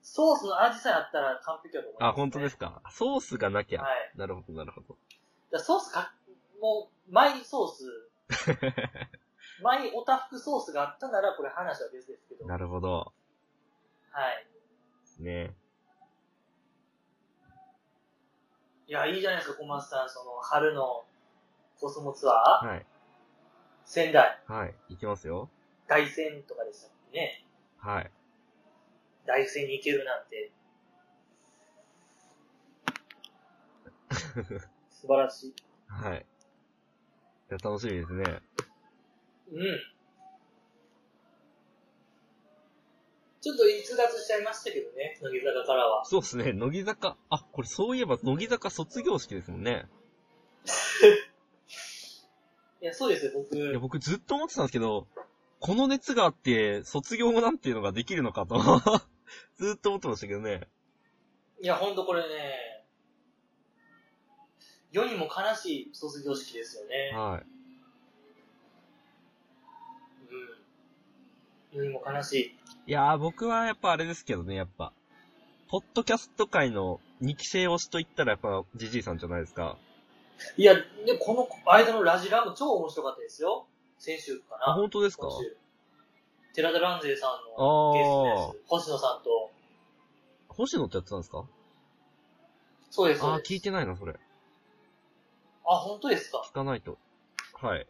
S2: ソースの味さえあったら完璧だと思います、
S3: あ、本当です
S2: か。
S3: か。ソースがなきゃ。
S2: はい。
S3: なるほど、なるほど。
S2: だからソースか、もう、マイソー ス、マイオタフクソースがあったなら、これ話は別ですけど。はい。
S3: なるほど。ね。
S2: いや、いいじゃないですか、小松さん。その、春のコスモツアー、
S3: はい。
S2: 仙台、
S3: はい。いきますよ。
S2: 大山とかでしたっけね。
S3: はい。
S2: 大山に行けるなんて。 素晴らしい。
S3: はい。いや、楽しみですね。
S2: うん。ちょっと逸脱しちゃいましたけどね、乃木坂からは。
S3: そうですね。乃木坂。あ、これそういえば乃木坂卒業式ですもんね。
S2: いや、そうですよ、僕。
S3: いや、僕ずっと思ってたんですけど、この熱があって、卒業なんていうのができるのかと。 ずっと思ってましたけどね。
S2: いや、ほんとこれね、世にも悲しい卒業式ですよね。
S3: はい。
S2: うん。世にも悲しい。
S3: いやー、僕はやっぱあれですけどね、やっぱ。ポッドキャスト界の2期生推しと言ったらやっぱ、ジジイさんじゃないですか。
S2: いや、で、この間のラジラも超面白かったですよ。先週か
S3: あ、
S2: な。
S3: 本当ですか
S2: 今週。寺田蘭勢さんの
S3: あー
S2: ゲストです。星野さんと。
S3: 星野ってやってたんですか
S2: そうです。
S3: あ
S2: そう
S3: ー、
S2: です
S3: 聞いてないな、それ。
S2: あ、本当ですか
S3: 聞かないと。はい。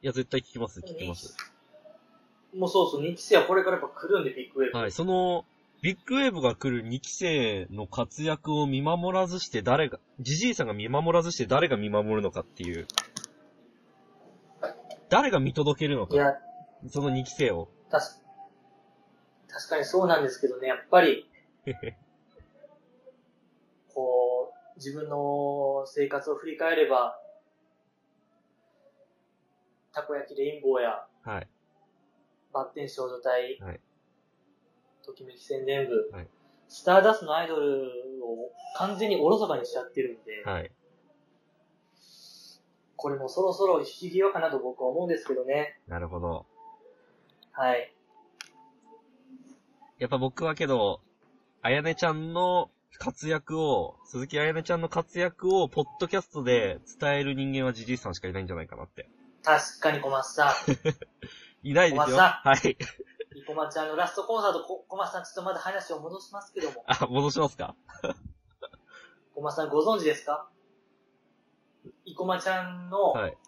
S3: いや、絶対聞きます、聞きます。
S2: もうそうそう、2期生はこれからやっぱ来るんで、ビッグウェーブ。
S3: はい、その、ビッグウェーブが来る2期生の活躍を見守らずして誰が、ジジイさんが見守らずして誰が見守るのかっていう。誰が見届けるの
S2: い
S3: か、
S2: や、
S3: その2期生を。
S2: 確か確かにそうなんですけどね、やっぱ り、こう、自分の生活を振り返れば、たこ焼きレインボーや、
S3: はい。
S2: バッテン少女隊、
S3: はい
S2: ときめき宣伝部、
S3: はい
S2: スターダストのアイドルを完全におろそかにしちゃってるんで、
S3: はい。
S2: これもそろそろ引き際かなと僕は思うんですけどね。
S3: なるほど。
S2: はい。
S3: やっぱ僕はけど、あやねちゃんの活躍を、鈴木あやねちゃんの活躍を、ポッドキャストで伝える人間はじじいさんしかいないんじゃないかなって。
S2: 確かに小松さ ん。
S3: いない
S2: 小
S3: です
S2: 松
S3: よ。
S2: さ
S3: はい。
S2: 小松ちゃんのラストコンサート、こ小松さんちょっとまだ話を戻しますけども、
S3: あ、戻しますか
S2: 小松さんご存知ですか生駒ちゃんの
S3: はい。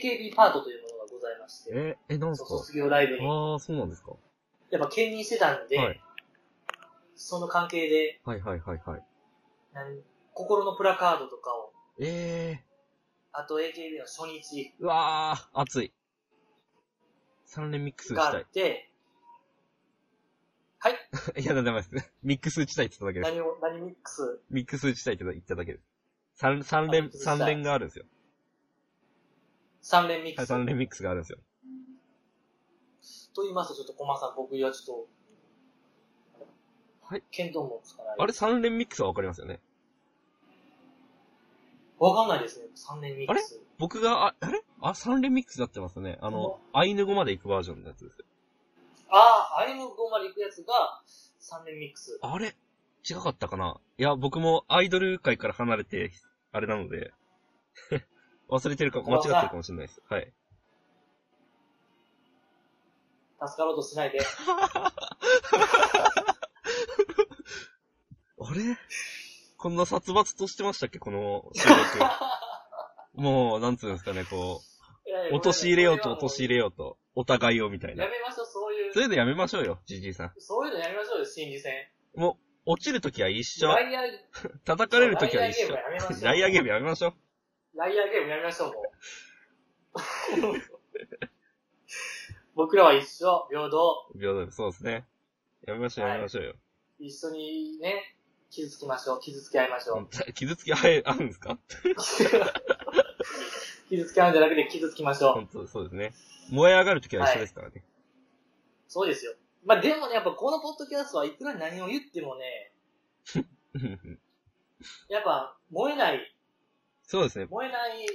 S2: AKB パートというものがございまして、
S3: え、え、なんす
S2: そう
S3: か
S2: 卒業ライブに、
S3: ああ、そうなんですか
S2: やっぱ兼任してたんで、
S3: はい。
S2: その関係で、
S3: はいはいはいはい。
S2: 何心のプラカードとかを、
S3: ええ
S2: あと AKB の初日
S3: ー、うわあ、熱い。三連ミックス打
S2: が
S3: ちた
S2: あって、はい、
S3: い。いや、なんでもないです。ミックス打ちたいって言っただけです。
S2: 何を、何ミックス、
S3: ミックス打ちたいって言っただけです。三、三連、三連があるんですよ。
S2: 3連ミッ
S3: は
S2: クス。
S3: い、三連ミックスがあるんですよ。
S2: と言いますと、ちょっと駒さん、僕はちょっと、
S3: はい。
S2: 見当もつかない。
S3: あれ三連ミックスはわかりますよね
S2: わかんないですね、3連ミックス。
S3: 僕が、あ、あれあ、三連ミックスになってますね。あの、アイヌ語まで行くバージョンのやつですよ。
S2: ああ、アイム5まで行くやつが3連ミックス。
S3: あれ違かったかないや、僕もアイドル界から離れて、あれなので、 忘れてるか、間違ってるかもしれないです。はい。
S2: 助かろうとしないで。
S3: あれこんな殺伐としてましたっけこの収 録。もう、なんつうんですかね、こう、 落とし入れようと落とし入
S2: れ。
S3: れようと、お互いをみたい
S2: や
S3: な。
S2: めましょう、そういう
S3: そ。れでやめましょうよ、じじいさん。
S2: そういうのやめましょうよ、心理戦。
S3: もう、落ちるときは一緒。
S2: ライアー、
S3: 叩かれるときは一緒。
S2: ラ
S3: ラ
S2: イ
S3: イ
S2: ア
S3: ア
S2: ーゲ
S3: ーゲ
S2: ー
S3: ームやめましょう。
S2: ライアーゲームやめましょう、もう。 僕らは一緒、平等、
S3: 平等にそうですね。やめましょう、
S2: は
S3: や
S2: い
S3: めましょうよ。
S2: 一緒にね、傷つきましょう、傷つき合いましょう。
S3: 傷つきあえ、あるんですか
S2: 傷つき合うんじゃなくて傷つきましょう。
S3: 本当そうですね。燃え上がるときは一緒ですからね。
S2: そうですよ。まあ、でもね、やっぱこのポッドキャストはいくら何を言ってもね、やっぱ燃えない、
S3: そうですね。
S2: 燃えない、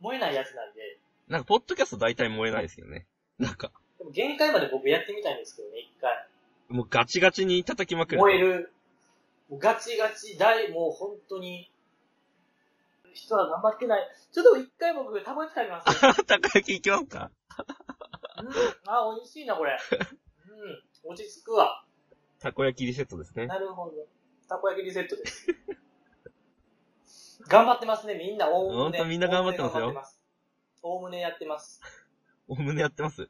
S2: 燃えないやつなんで、
S3: なんか、ポッドキャスト大体燃えないですけどね。なんか、
S2: でも限界まで僕やってみたいんですけどね、一回。
S3: もうガチガチに叩きまくる。
S2: 燃える。もうガチガチ、大、もう本当に、人は頑張ってない。ちょっと一回僕、たこ焼き食べます。
S3: たこ焼き行きますか
S2: うん、あ、美味しいな、これ。うん、落ち着くわ。
S3: たこ焼きリセットですね。
S2: なるほど。たこ焼きリセット です。頑張ってますね、みんな。おおむね。
S3: ほんとみんな頑張ってますよ
S2: おおむね頑張ってますおおむねやってます。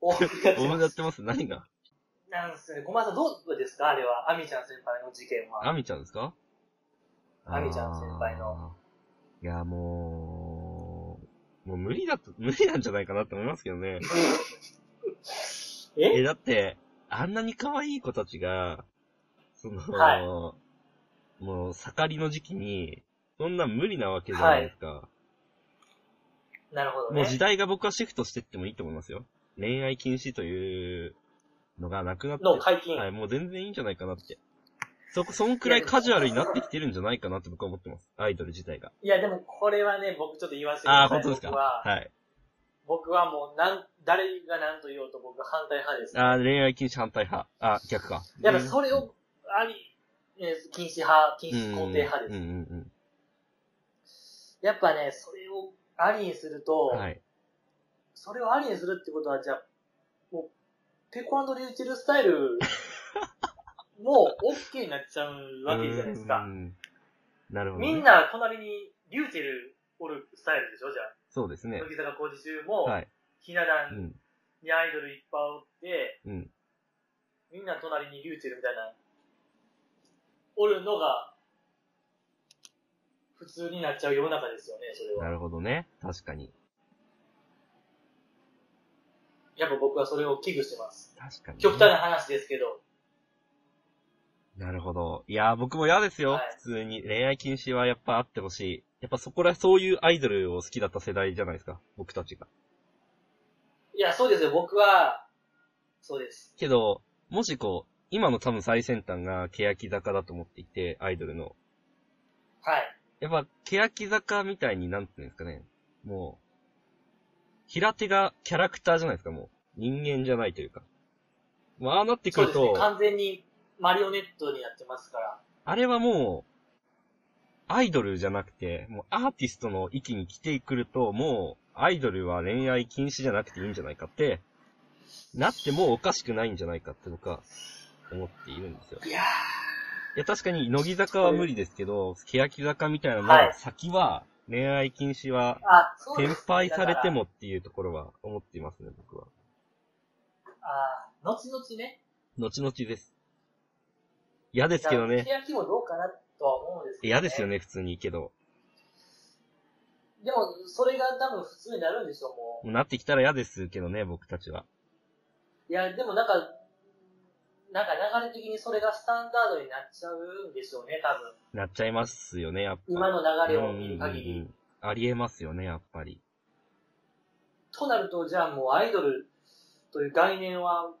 S3: お
S2: お
S3: むねやってます。
S2: おむねやって
S3: おむ
S2: ま
S3: ねやっ
S2: す。
S3: てます。何が
S2: なんすね。ごめんなさい、どうですかあれは。アミちゃん先輩の事件は。
S3: アミちゃんですか
S2: アミちゃん先輩の。
S3: あーいや、もう、もう無理だと、無理なんじゃないかなって思いますけどね。
S2: え
S3: え、だって、あんなに可愛い子たちが、その、
S2: はい
S3: もう、盛りの時期に、そんな無理なわけじゃないですか。
S2: なるほどね。
S3: もう時代が僕はシフトしてってもいいと思いますよ。恋愛禁止というのがなくなって、
S2: の解禁。
S3: はい、もう全然いいんじゃないかなって。そこ、そんくらいカジュアルになってきてるんじゃないかなって僕は思ってます。アイドル自体が。
S2: いや、でもこれはね、僕ちょっと言わせてく
S3: あ
S2: だ
S3: あ、
S2: さい。
S3: 本当ですか。
S2: 僕は、
S3: はい。
S2: 僕はもう、なん、誰が何と言おうと僕は反対派です。
S3: ああ、恋愛禁止反対派。ああ、逆か。
S2: やっぱそれを、あり、えー禁止派、禁止肯定派です。
S3: うんうんうん
S2: やっぱね、それをありにすると、
S3: うん。はい。
S2: それをありにするってことは、じゃあ、もう、ペコリューチェルスタイ ル、もう、OK になっちゃうわけじゃないです
S3: う
S2: か。
S3: ん。なるほど、ね。
S2: みんな、隣に、リューチェル、おるスタイルでしょじゃあ、
S3: そうですね。
S2: 乃木坂工事中も、
S3: はい。
S2: ひな
S3: う
S2: 壇
S3: ん。
S2: にアイドルいっぱいおって、
S3: うん。
S2: みんな隣にリューチェルみたいな、おるのが、普通になっちゃう世の中ですよね、それ
S3: な
S2: は。
S3: るほどね。確かに。
S2: やっぱ僕はそれを危惧してます。
S3: 確かにね、
S2: 極端な話ですけど、
S3: なるほど。いやー、僕も嫌ですよ。
S2: はい
S3: 普通に。恋愛禁止はやっぱあってほしい。やっぱそこら、そういうアイドルを好きだった世代じゃないですか。僕たちが。
S2: いや、そうですよ、僕は、そうです。
S3: けど、もしこう、今の多分最先端が欅坂だと思っていて、アイドルの。
S2: はい。
S3: やっぱ、欅坂みたいになんていうんですかね。もう、平手がキャラクターじゃないですか、もう。人間じゃないというか。もうああなってく
S2: そう
S3: る
S2: ですね
S3: と、。
S2: 完全にマリオネットになってますから。
S3: あれはもう、アイドルじゃなくて、もうアーティストの域に来てくると、もう、アイドルは恋愛禁止じゃなくていいんじゃないかって、なってもおかしくないんじゃないかって僕は思っているんですよ。
S2: いや
S3: いや、確かに、乃木坂は無理ですけど、欅坂みたいなのは先は、恋愛禁止は、
S2: ーあ、そうです
S3: 転
S2: ね
S3: 廃されて。
S2: だ
S3: もっていうところは思っていますね、僕は。
S2: からあー後々ね。
S3: 後々です。嫌ですけどね。
S2: 欅もどうかなとは思うんですけど、
S3: 嫌ですよ。ね、普通に。けど。
S2: でも、それが多分普通になるんでしょう、もう。
S3: なってきたら嫌ですけどね、僕たちは。
S2: いや、でもなんか、なんか流れ的にそれがスタンダードになっちゃうんでしょうね、多分。
S3: なっちゃいますよね、やっぱ。
S2: 今の流れを見る限
S3: うんうんう
S2: り。
S3: んありえますよね、やっぱり。
S2: となると、じゃあもうアイドルという概念は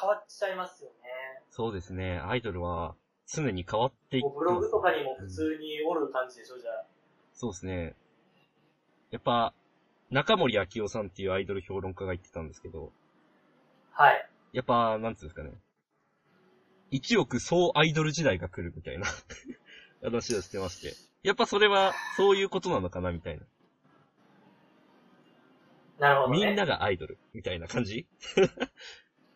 S2: 変わっちゃいますよね。
S3: そうですね、アイドルは常に変わってい
S2: もうブログとかにも普通におる感じでしょ、じゃあ。
S3: そうですね。やっぱ、中森明夫さんっていうアイドル評論家が言ってたんですけど、
S2: はい。
S3: やっぱ、なんつうんですかね。一億総アイドル時代が来るみたいな 話をしてまして。やっぱそれは、そういうことなのかなみたいな。
S2: なるほど、ね。
S3: みん。ながアイドルみたいな感じ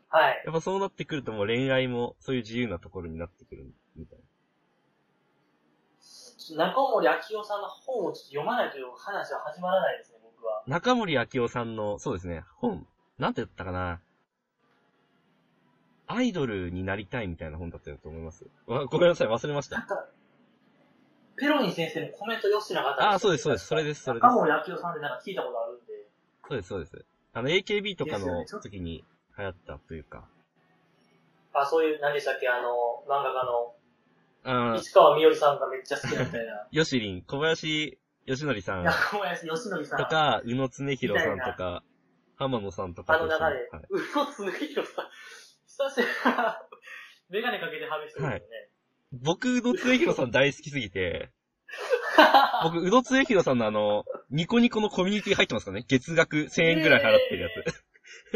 S2: はい。
S3: やっぱそうなってくるともう恋愛もそういう自由なところになってくるみたいな。
S2: 中森明夫さんの本をちょっと読まないという話は始まらないですね、僕は。
S3: 中森明夫さんの、そうですね、本、なんて言ったかな。アイドルになりたいみたいな本だったと思います。わごめんなさい、忘れました。
S2: ペロニー先生もコメントよしてなかった
S3: あーそうですそうですそれですそれです
S2: 中森明夫さんでなんか聞いたことあるんで。
S3: そうです、そうです。あの、AKB とか
S2: ですよ
S3: の
S2: ねちょっと
S3: 時に流行ったというか。
S2: あ、そういう、何でしたっけ、あの、漫画家の
S3: あー
S2: 市川みよりさんがめっちゃ好きだみたいな。
S3: ヨシリン、小林よしのりさん
S2: 中林義則さん。
S3: とか、宇野恒博さん
S2: みたい
S3: とか、浜野さんとか
S2: あの
S3: と一
S2: 流れ
S3: 緒に。はい。
S2: うろつぬひろさん。久しぶりな。メガネかけてはめしてるんですよね。
S3: 僕、宇野恒博さん大好きすぎて、僕、宇野恒博さんのあの、ニコニコのコミュニティ入ってますからね。月額1000円ぐらい払ってるや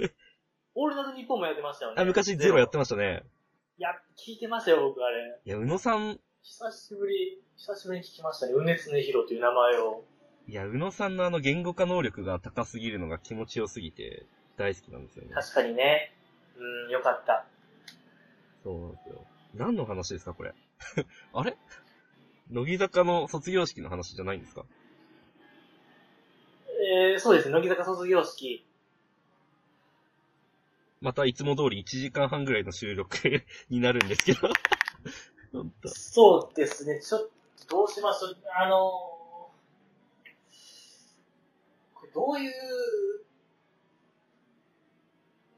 S3: つ。
S2: オールナイトニッポンもやってましたよね。
S3: あ、昔ゼロやって
S2: ま
S3: ましたね。
S2: いや、聞いてましたよ、僕、あれ。
S3: いや、宇野さん、
S2: 久しぶり、久しぶりに聞きましたね。うねつねひろという名前を。
S3: いや、宇野さんのあの言語化能力が高すぎるのが気持ちよすぎて、大好きなんですよね。
S2: 確かにね。うん、よかった。
S3: そうなんですよ。何の話ですか、これ。 あれ乃木坂の卒業式の話じゃないんですか
S2: えー、そうですね。乃木坂卒業式。
S3: またいつも通り1時間半ぐらいの収録 になるんですけど。 本当
S2: そうですね。ちょっと、どうしますあのー、これどういう、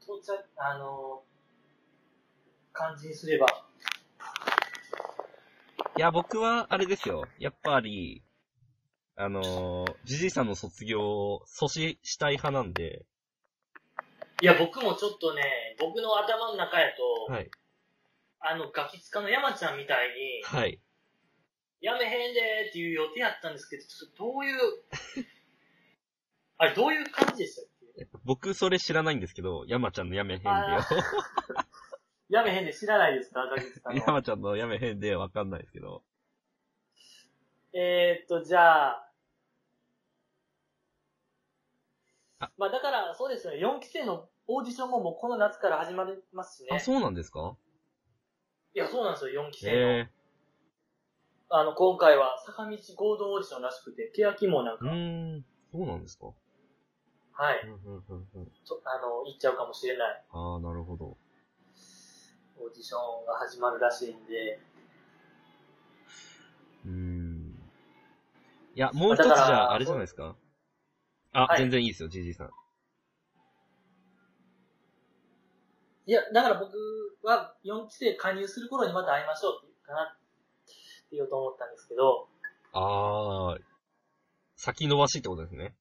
S2: 到着、あのー、感じにすれば。
S3: いや、僕は、あれですよ。やっぱり、あのー、じじいさんの卒業を阻止したい派なんで、
S2: いや、僕もちょっとね、僕の頭の中やと、
S3: はい。
S2: あの、ガキ使の山ちゃんみたいに、
S3: はい。
S2: やめへんでーっていう予定やったんですけど、ちょっとどう いう、あれ、どういう感じでしたっけ
S3: 僕、それ知らないんですけど、山ちゃんのやめへんでよ。
S2: あやめへんで知らないですかガキ使の。
S3: 山ちゃんのやめへんでわかんないですけど。
S2: えーっと、じゃあ
S3: あ、
S2: まあだから、そうですよね、4期生のオーディションももうこの夏から始まりますしね。
S3: あ、そうなんですか
S2: いや、そうなんですよ、4期生の。
S3: へ
S2: あの、今回は坂道合同オーディションらしくて、欅もなん
S3: え。
S2: か、
S3: うーん。そうなんですか
S2: は
S3: う
S2: い、
S3: んうんうんうん。
S2: ちょあの、行っちゃうかもしれない。
S3: ああ、なるほど。
S2: オーディションが始まるらしいんで、
S3: うーん。いや、もう一つじ
S2: だから
S3: ゃあ、あれじゃないですかあ、
S2: はい
S3: 全然いいですよ、じじいさん。
S2: いや、だから僕は4期生加入する頃にまた会いましょうっていうかなって言おうと思ったんですけど、
S3: ああ、先延ばしってことですね。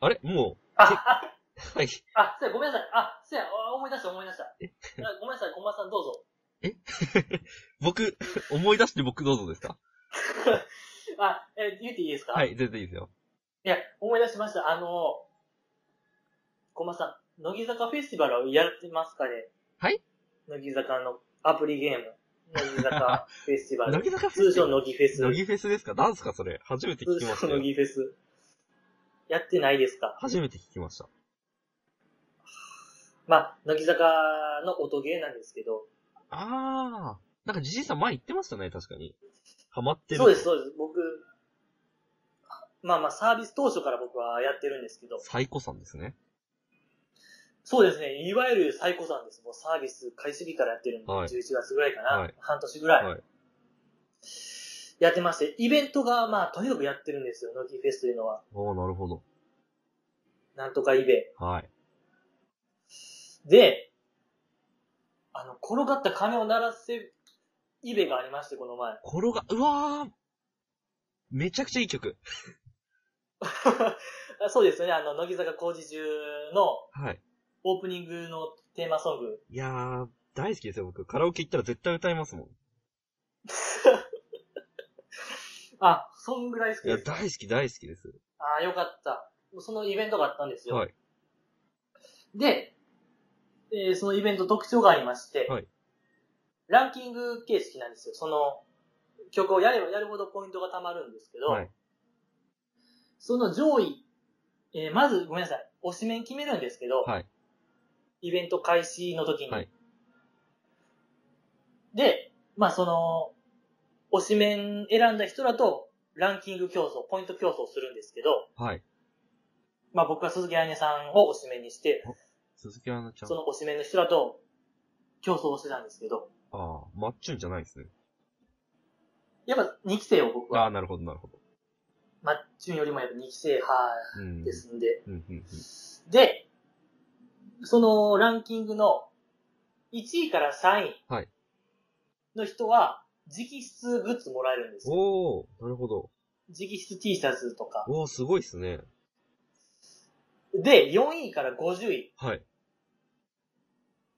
S3: あれも
S2: あ、あ、
S3: う、はい。
S2: あ、そうや、ごめんなさい。あ、そうや、あ思い出した、思い出した。あごめんなさい、ごまさんどうぞ。
S3: 僕、思い出して僕どうぞですか
S2: あ、え言っていいですか
S3: は。い、全然いいですよ。
S2: いや、思い出しました。あの、ごまさん、乃木坂フェスティバルをやってますかね
S3: はい
S2: 乃木坂のアプリゲーム。乃木 坂フェスティバ
S3: 乃
S2: ル。
S3: 木坂フェ
S2: 通
S3: ス
S2: 称乃木フェス。
S3: 乃木フェスですかダンスかそれ。初めて聞きま
S2: 通
S3: した
S2: 称
S3: よ
S2: 乃。木フェス。やってないですか
S3: 初めて聞きました。
S2: まあ、乃木坂の音ゲーなんですけど。
S3: あー。なんかじじいさん前言ってましたね、確かに。ハマってる。
S2: そうです、そうです。僕、まあまあ、サービス当初から僕はやってるんですけど。
S3: 最高さんですね。
S2: そうですね。いわゆる最古さんです。もうサービス開始日からやってるんで、
S3: はい
S2: 11月ぐらいかな、
S3: はい
S2: 半年ぐらい,、
S3: はい
S2: やってまして、イベントが、まあ、とにかくやってるんですよ。ノキフェスというのは。
S3: おー、なるほど。
S2: なんとかイベ。
S3: はい。
S2: で、あの、転がった鐘を鳴らせ、イベがありまして、この前。
S3: これが、うわー。めちゃくちゃいい曲。
S2: あそうですよね。あの、乃木坂工事中の
S3: はい。
S2: オープニングのテーマソング。
S3: いやー、大好きですよ、僕。カラオケ行ったら絶対歌いますもん。
S2: あ、そんぐらい好き
S3: いや、
S2: です。
S3: 大好き、大好きです。
S2: ああ、よかった。そのイベントがあったんですよ。
S3: はい
S2: で、えーそのイベント特徴がありまして、
S3: はい
S2: ランキング形式なんですよ。その曲をやればやるほどポイントが貯まるんですけど、
S3: はい。
S2: その上位、えーまずごめんなさい、推しメン決めるんですけど、
S3: はい
S2: イベント開始の時に。
S3: はい
S2: で、まあその、推しメン選んだ人らとランキング競争、ポイント競争するんですけど、
S3: はい。
S2: まあ僕は鈴木愛音さんを推しメンにして、
S3: 鈴木アナちゃん。
S2: その
S3: あ
S2: 推しメンの人らと競争をしてたんですけど、
S3: あー、マッチュンじゃないですね。
S2: やっぱ2期生を僕
S3: あ
S2: は、
S3: あ、なるほど、なるほど。
S2: マッチュンよりもやっぱ2期生派
S3: うん。
S2: ですんで、
S3: うん、うん、うん。
S2: で、そのランキングの1位から3
S3: は
S2: 位
S3: い
S2: の人は、直筆グッズもらえるんですよ。
S3: おー、なるほど。
S2: 直筆 T シャツとか。
S3: おー、すごいっすね。
S2: で、4位から50位。
S3: はい。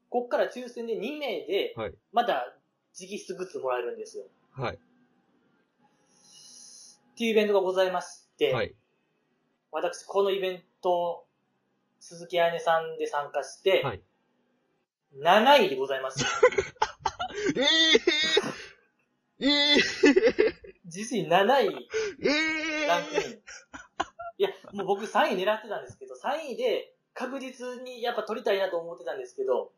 S2: こっから抽選で2名で
S3: はい、
S2: また直筆グッズもらえるんですよ。
S3: はい。
S2: っていうイベントがございまして、
S3: はい。
S2: 私、このイベント、鈴木彩音さんで参加して、
S3: はい
S2: 7位でござい ます。
S3: ええー、ええ
S2: 自身7位
S3: ー、え
S2: ランクイン。いや、もう僕3位狙ってたんですけど、3位で確実にやっぱ取りたいなと思ってたんですけど、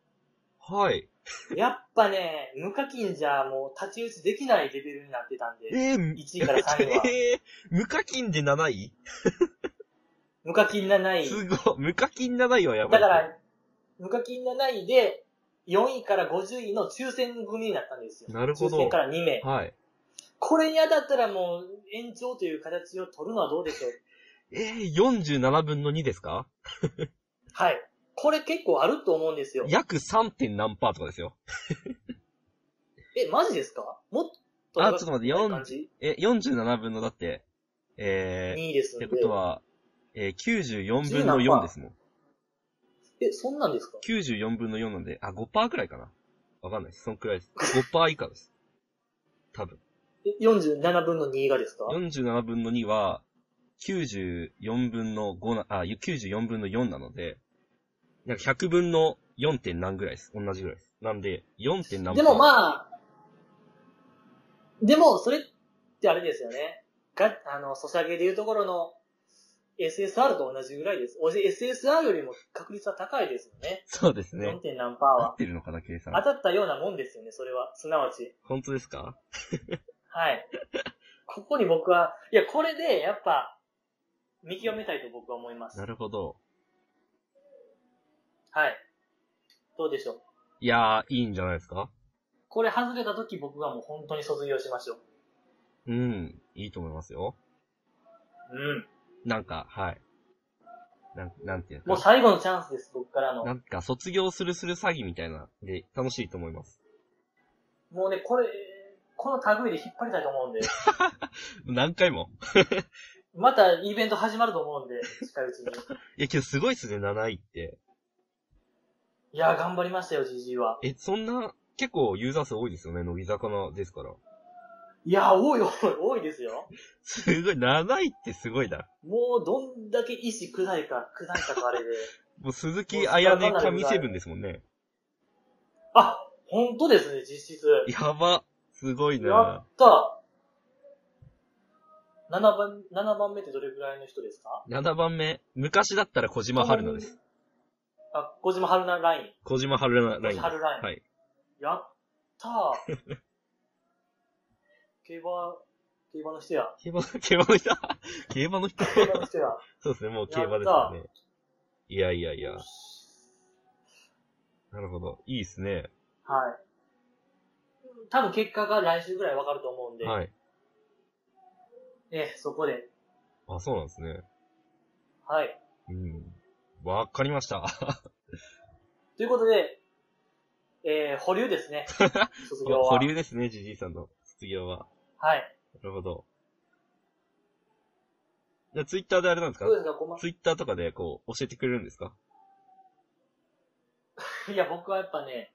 S3: はい。
S2: やっぱね、無課金じゃもう太刀打ちできないレベルになってたんで、
S3: えー、
S2: 1位から3位は。
S3: えー、無課金で7位
S2: 無課金7位。
S3: すごい。無課金7位はやば
S2: だか
S3: い。
S2: ら、無課金7位で、4位から50位の抽選組になったんですよ。
S3: なるほど
S2: 抽選から2名。
S3: はい。
S2: これに当たったらもう延長という形を取るのはどうでしょう
S3: えー、47分の2ですか
S2: はい。これ結構あると思うんですよ。
S3: 約 3. 点何パーとかですよ。
S2: え、マジですかもっと
S3: あちょっと待って
S2: 高い感じ
S3: え、47分のだって、えー、
S2: ?2 位です
S3: っ
S2: ん
S3: て
S2: で。
S3: ことは、えー、94分の4ですもん。
S2: え、そんなんですか
S3: 94分の4なんで、あ、5%くらいかな。わかんないです。そんくらいです。5%以下です。多分。
S2: え、47分の2がですか
S3: 47分の2は、94分の5な、あ、94分の4なので、なんか100分の 4. 点何ぐらいです。同じぐらいです。なんで、4. 点何
S2: でも
S3: あ、
S2: まあ、でもそれってあれですよね。が、あの、ソシャゲでいうところの SSR と同じぐらいです。おじ SSR よりも確率は高いですよね。
S3: そうですね
S2: 4. 点何パー
S3: 合
S2: は
S3: っ。てるのかな、計算
S2: 当。たったようなもんですよね、それは。すなわち。
S3: 本当ですか
S2: はい。 ここに僕は、いや、これで、やっぱ、見極めたいと僕は思います。
S3: な
S2: はい。
S3: るほど。
S2: どうでしょう。
S3: いやー、いいんじゃないですか
S2: これ外れた時僕はもう本当に卒業しましょう。
S3: うん、いいと思いますよ。
S2: うん。
S3: なんか、はい。なん、なんていう
S2: もう
S3: か。
S2: 最後のチャンスです、僕からの。
S3: なんか、卒業するする詐欺みたいな、で、楽しいと思います。
S2: もうね、これ、この類で引っ張りたいと思うんで、
S3: 何回も。
S2: またイベント始まると思うんで、近いうちに。
S3: いや、けどすごいっすね、7位って。
S2: いやー、頑張りましたよ、ジジイは。
S3: え、そんな、結構ユーザー数多いですよね、乃木坂のですから。
S2: いやー、多い、多い、多いですよ。
S3: すごい、7位ってすごいな。
S2: もう、どんだけ意志砕いた、砕いたかあれで。
S3: もう鈴木綾音神セブンですもんね。
S2: あ、本当ですね、実質。
S3: やば。すごい
S2: や
S3: な
S2: った。7番、7番目ってどれぐらいの人ですか
S3: 7番目。昔だったら小島春菜です。。
S2: あ、小島春菜ライン。
S3: 小島春菜ライン。
S2: 春ライン。
S3: はい。
S2: やった ー。競馬、競馬の人や。
S3: 競馬、競馬の人 競馬の人
S2: 競馬の人 や。
S3: そうですね、もう競馬ですよね。いやいやいや。なるほど。いいですね。
S2: はい。多分結果が来週ぐらいわかると思うんで、
S3: はい。
S2: ええそこで、
S3: あ、そうなんですね。
S2: はい。
S3: うん。わかりました。
S2: ということで、えー、保留です ね。卒業は。
S3: 保留ですね、ジジイさんの卒業は。
S2: はい。
S3: なるほど。じゃあ、ツイッターであれなんですか
S2: どうですか、こま
S3: ツイッターとかでこう、教えてくれるんですか
S2: いや、僕はやっぱね、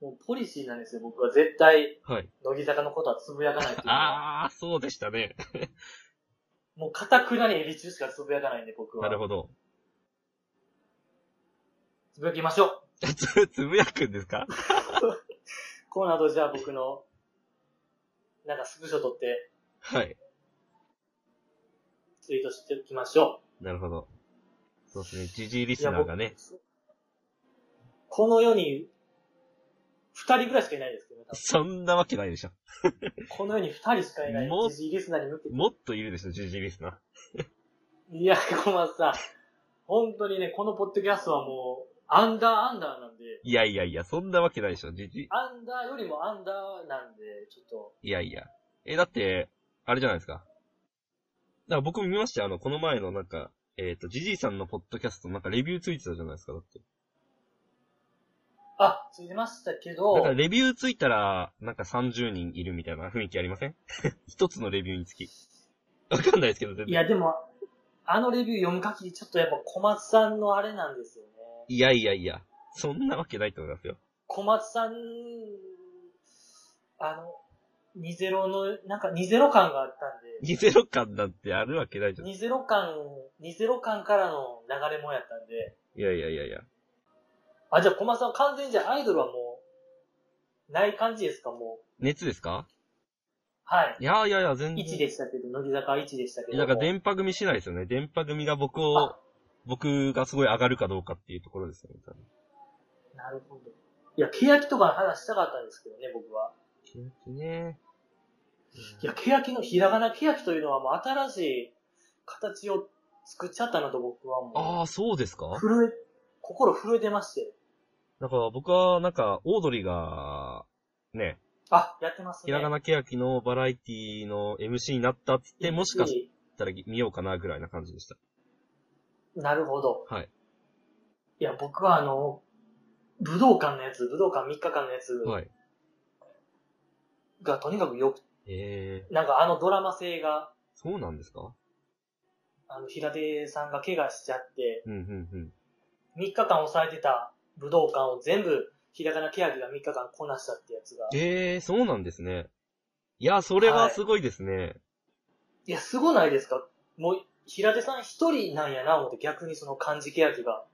S2: もうポリシーなんですよ。僕は絶対、
S3: はい。
S2: 乃木坂のことはつぶやかないっていうのは。
S3: あー、そうでしたね。
S2: もう、かたくなにエビ中しかつぶやかないんで、僕は。
S3: なるほど。
S2: つぶやきましょう。
S3: つ、つぶやくんですか
S2: この後、じゃあ僕の、なんかスクショ撮って、
S3: はい。
S2: ツイートしておきましょ
S3: なるほど。そうですね、ジジイリ
S2: う。
S3: スナーがね。
S2: いや僕この世に、二人ぐらいしかいないですけどね、多分
S3: そんなわけないでしょ。
S2: この世に二人しかいない
S3: も。
S2: ジジイリスナーに向けて。
S3: もっといるでしょ、ジジイリスナー。
S2: いや、小松さん。本当にね、このポッドキャストはもう、アンダーアンダーなんで、
S3: いやいやいや、そんなわけないでしょ、ジジ
S2: アンダーよりもアンダーなんで、ちょ
S3: イ。いやいや。え、だって、あれじゃないですか。だから僕も見ましたよ、あの、この前のなんか、えっ、と、ジジイさんのポッドキャストなんかレビューついてたじゃないですか、だって。
S2: っと、あ、ついてましたけど、
S3: なんかレビューついたら、なんか30人いるみたいな雰囲気ありません 一つのレビューにつき。わかんないですけど、全
S2: い
S3: 然。
S2: や、でも、あのレビュー読む限り、ちょっとやっぱ小松さんのあれなんですよね。
S3: いやいやいや、そんなわけないと思いますよ。
S2: 小松さん、あの、20の、なんか20感があったんで、
S3: 20感なんてあるわけないじゃん。い
S2: 20感、20感からの流れもんやったんで、
S3: やいやいやいや。
S2: あ、じゃあ、小松さん、完全にじゃあアイドルはもう、ない感じですか、もう。
S3: 熱ですか
S2: はい
S3: いやいやいや、全然。
S2: 1でしたけど、乃木坂は1でしたけど。
S3: だから電波組しないですよね。電波組が僕を
S2: あ、
S3: 僕がすごい上がるかどうかっていうところですよね。多分
S2: なるほど。いや、欅とかの話したかったんですけどね、僕は。
S3: 欅ね。
S2: いや、欅の、ひらがな欅というのはもう新しい形を作っちゃったなと僕はも
S3: ああ、そうですか
S2: う、震え、心震えてまして。
S3: だから僕はなんか、オードリーが、ね、
S2: あ、やってますね。
S3: ひらがなけやきのバラエティの MC になったっつって、もしかし
S2: いい
S3: たら見ようかなぐらいな感じでした。
S2: なるほど。
S3: はい。
S2: いや、僕はあの、武道館のやつ、武道館3日間のやつ
S3: はい。
S2: がとにかくよく、
S3: ええ
S2: なんかあのドラマ性が、
S3: そうなんですか
S2: あの、平手さんが怪我しちゃって、
S3: うん、うん、うん。
S2: 3日間抑えてた武道館を全部、ひらがなケヤキが3日間こなしたってやつが。
S3: ええそうなんですね。いや、それはすごいですね。
S2: いや、すごないですかもう、平手さん一人なんやな、思って逆にその漢字ケヤキが。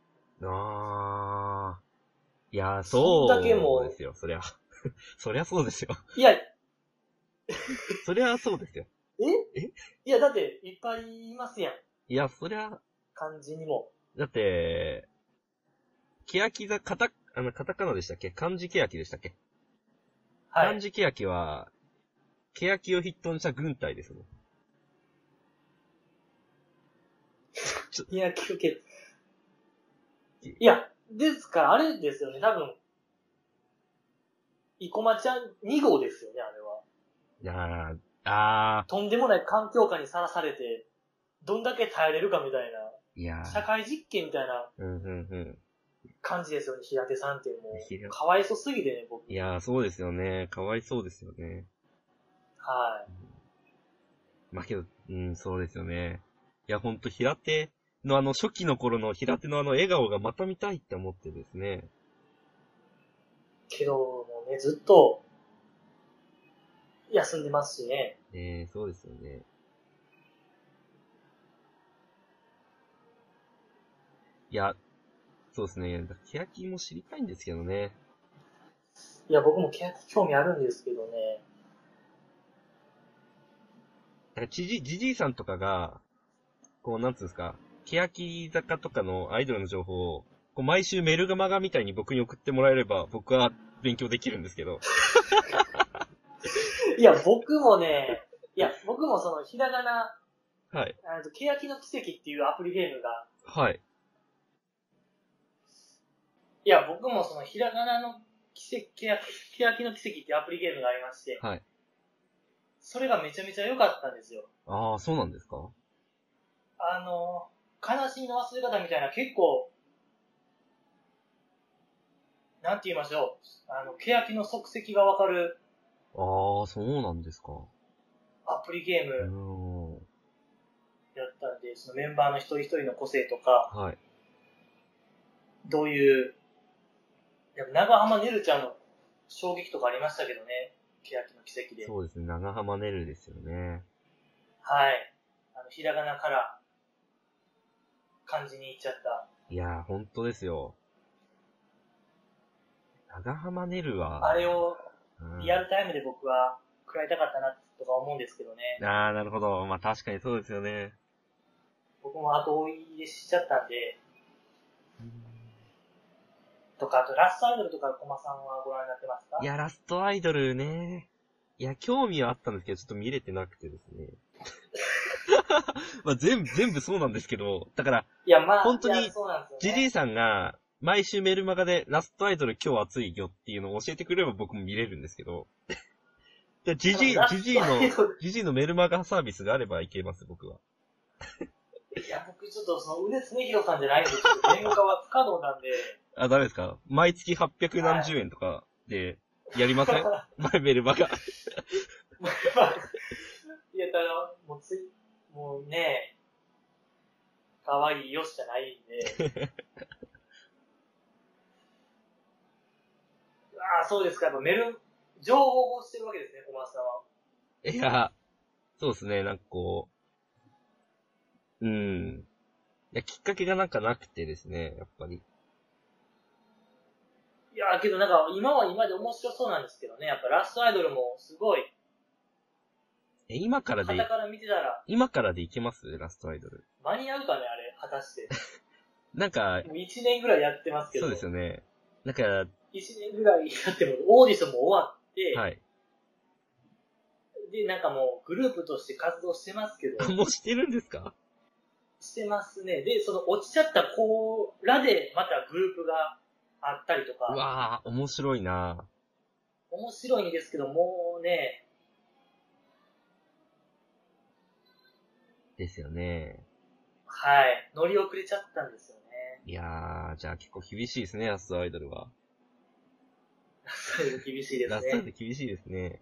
S3: ああ。いやー、そう。
S2: そんだけもう
S3: ですよ、そりゃ。 そりゃそうですよ。
S2: いや、え
S3: そりゃそうですよ。え
S2: いや、だって、いっぱいいますやん。
S3: いや、そりゃ、
S2: 漢字にも。
S3: だって、欅が、カタ、あの、カタカナでしたっけ漢字欅でしたっけ、
S2: は
S3: 漢
S2: い。
S3: 字欅は、欅を筆頭にした軍隊ですね。
S2: いや、聞け。いや、ですから、あれですよね、多分。生駒ちゃん2号ですよね、あれは。
S3: いやー、あ
S2: とんでもない環境下にさらされて、どんだけ耐えれるかみたいな。
S3: ー、いや
S2: 社
S3: ー、
S2: 会実験みたいな
S3: うんうんうん。
S2: 感じですよね、平手さんっても
S3: ひら
S2: う。かわいそすぎてね、僕。
S3: いやー、そうですよね。かわいそうですよね。
S2: は
S3: まあけど、うん、そうですよね。いや、ほんと、平手のあの、初期の頃の平手のあの笑顔がまた見たいって思ってですね。
S2: い。けど、もうね、ずっと、休んでますしね。
S3: ええそうですよね。いや、そうですね。ケヤキも知りたいんですけどね。
S2: いや、僕もケヤキ興味あるんですけどね。
S3: なんか、じじ、じじいさんとかが、こう、なんつうんですか、欅坂とかのアイドルの情報を、こう、毎週メルガマガみたいに僕に送ってもらえれば、僕は勉強できるんですけど。
S2: いや、僕もね、いや、僕もその、ひらがな、
S3: はい。
S2: あの、欅の奇跡っていうアプリゲームが、
S3: はい。
S2: いや、僕もその、ひらがなの奇跡、欅欅の奇跡っていうアプリゲームがありまして、
S3: はい。
S2: それがめちゃめちゃ良かったんですよ。
S3: ああ、そうなんですか
S2: あの、悲しみの忘れ方みたいな結構、なんて言いましょう。あの、欅の足跡がわかる
S3: ああ、そうなんですか。
S2: アプリゲー
S3: うー
S2: ム
S3: ん。
S2: やったんで、そのメンバーの一人一人の個性とか、
S3: はい。
S2: どういう、でも長浜ねるちゃんの衝撃とかありましたけどね。欅の奇跡で。
S3: そうですね。長浜ねるですよね。
S2: はい。あの、ひらがなから、漢字に行っちゃった。
S3: いやー、本当ですよ。長浜ねるは、
S2: あれを
S3: うん
S2: リアルタイムで僕は食らいたかったなとか思うんですけどね。
S3: ああ、なるほど。まあ確かにそうですよね。
S2: 僕も後追いでしちゃったんで、とか、あとラストアイドルとか、コマさんはご覧になってますか
S3: いや、ラストアイドルね。いや、興味はあったんですけど、ちょっと見れてなくてですね。 まあ全部、全部そうなんですけど、だから、
S2: いや、まあ、
S3: 本当に
S2: いやそうなんです
S3: ジ
S2: よ、
S3: ジイ
S2: ね。
S3: さんが、毎週メルマガでラストアイドル今日熱いよっていうのを教えてくれれば僕も見れるんですけど。でジジイ
S2: ラ、スト
S3: ジジイの
S2: アイド、
S3: ジジイのメルマガサービスがあればいけます、僕は。
S2: いや、僕ちょっと、その、腕すねひろさんじゃないんですけど、言語化は不可能なんで、
S3: あ、ダメですか毎月800何十円とかで、やりません前メルマガ。
S2: まあいや、ただ、もうつい、もうね、可愛いよしかないんで。 ああ、そうですか、やっぱメル、情報をしてるわけですね、コマさんは。
S3: いや、そうですね、なんかこう、うん。いや、きっかけがなんかなくてですね、やっぱり。
S2: いやーけどなんか今は今で面白そうなんですけどね、やっぱラストアイドルもすごい、
S3: え、今からでい
S2: 傍、から見てたら
S3: 今からでいけますラストアイドル。
S2: 間に合うかね、あれ、果たして。
S3: なんか、
S2: もう1年ぐらいやってますけど、
S3: そうですよね。なんか、
S2: 1年ぐらいやってもオーディションも終わって、
S3: はい。
S2: で、なんかもうグループとして活動してますけど、
S3: もうしてるんですか
S2: してますね。で、その落ちちゃった子らでまたグループがあったりと
S3: う
S2: か、
S3: わぁ、面白いな
S2: 面白いんですけど、もうね、
S3: ぁ。ですよね。
S2: はい、乗り遅れちゃったんですよね。
S3: いやー、じゃあ結構厳しいですね、ラストアイドルは。
S2: 厳しいです
S3: ラスト
S2: ね
S3: アイド。ル厳しいですね。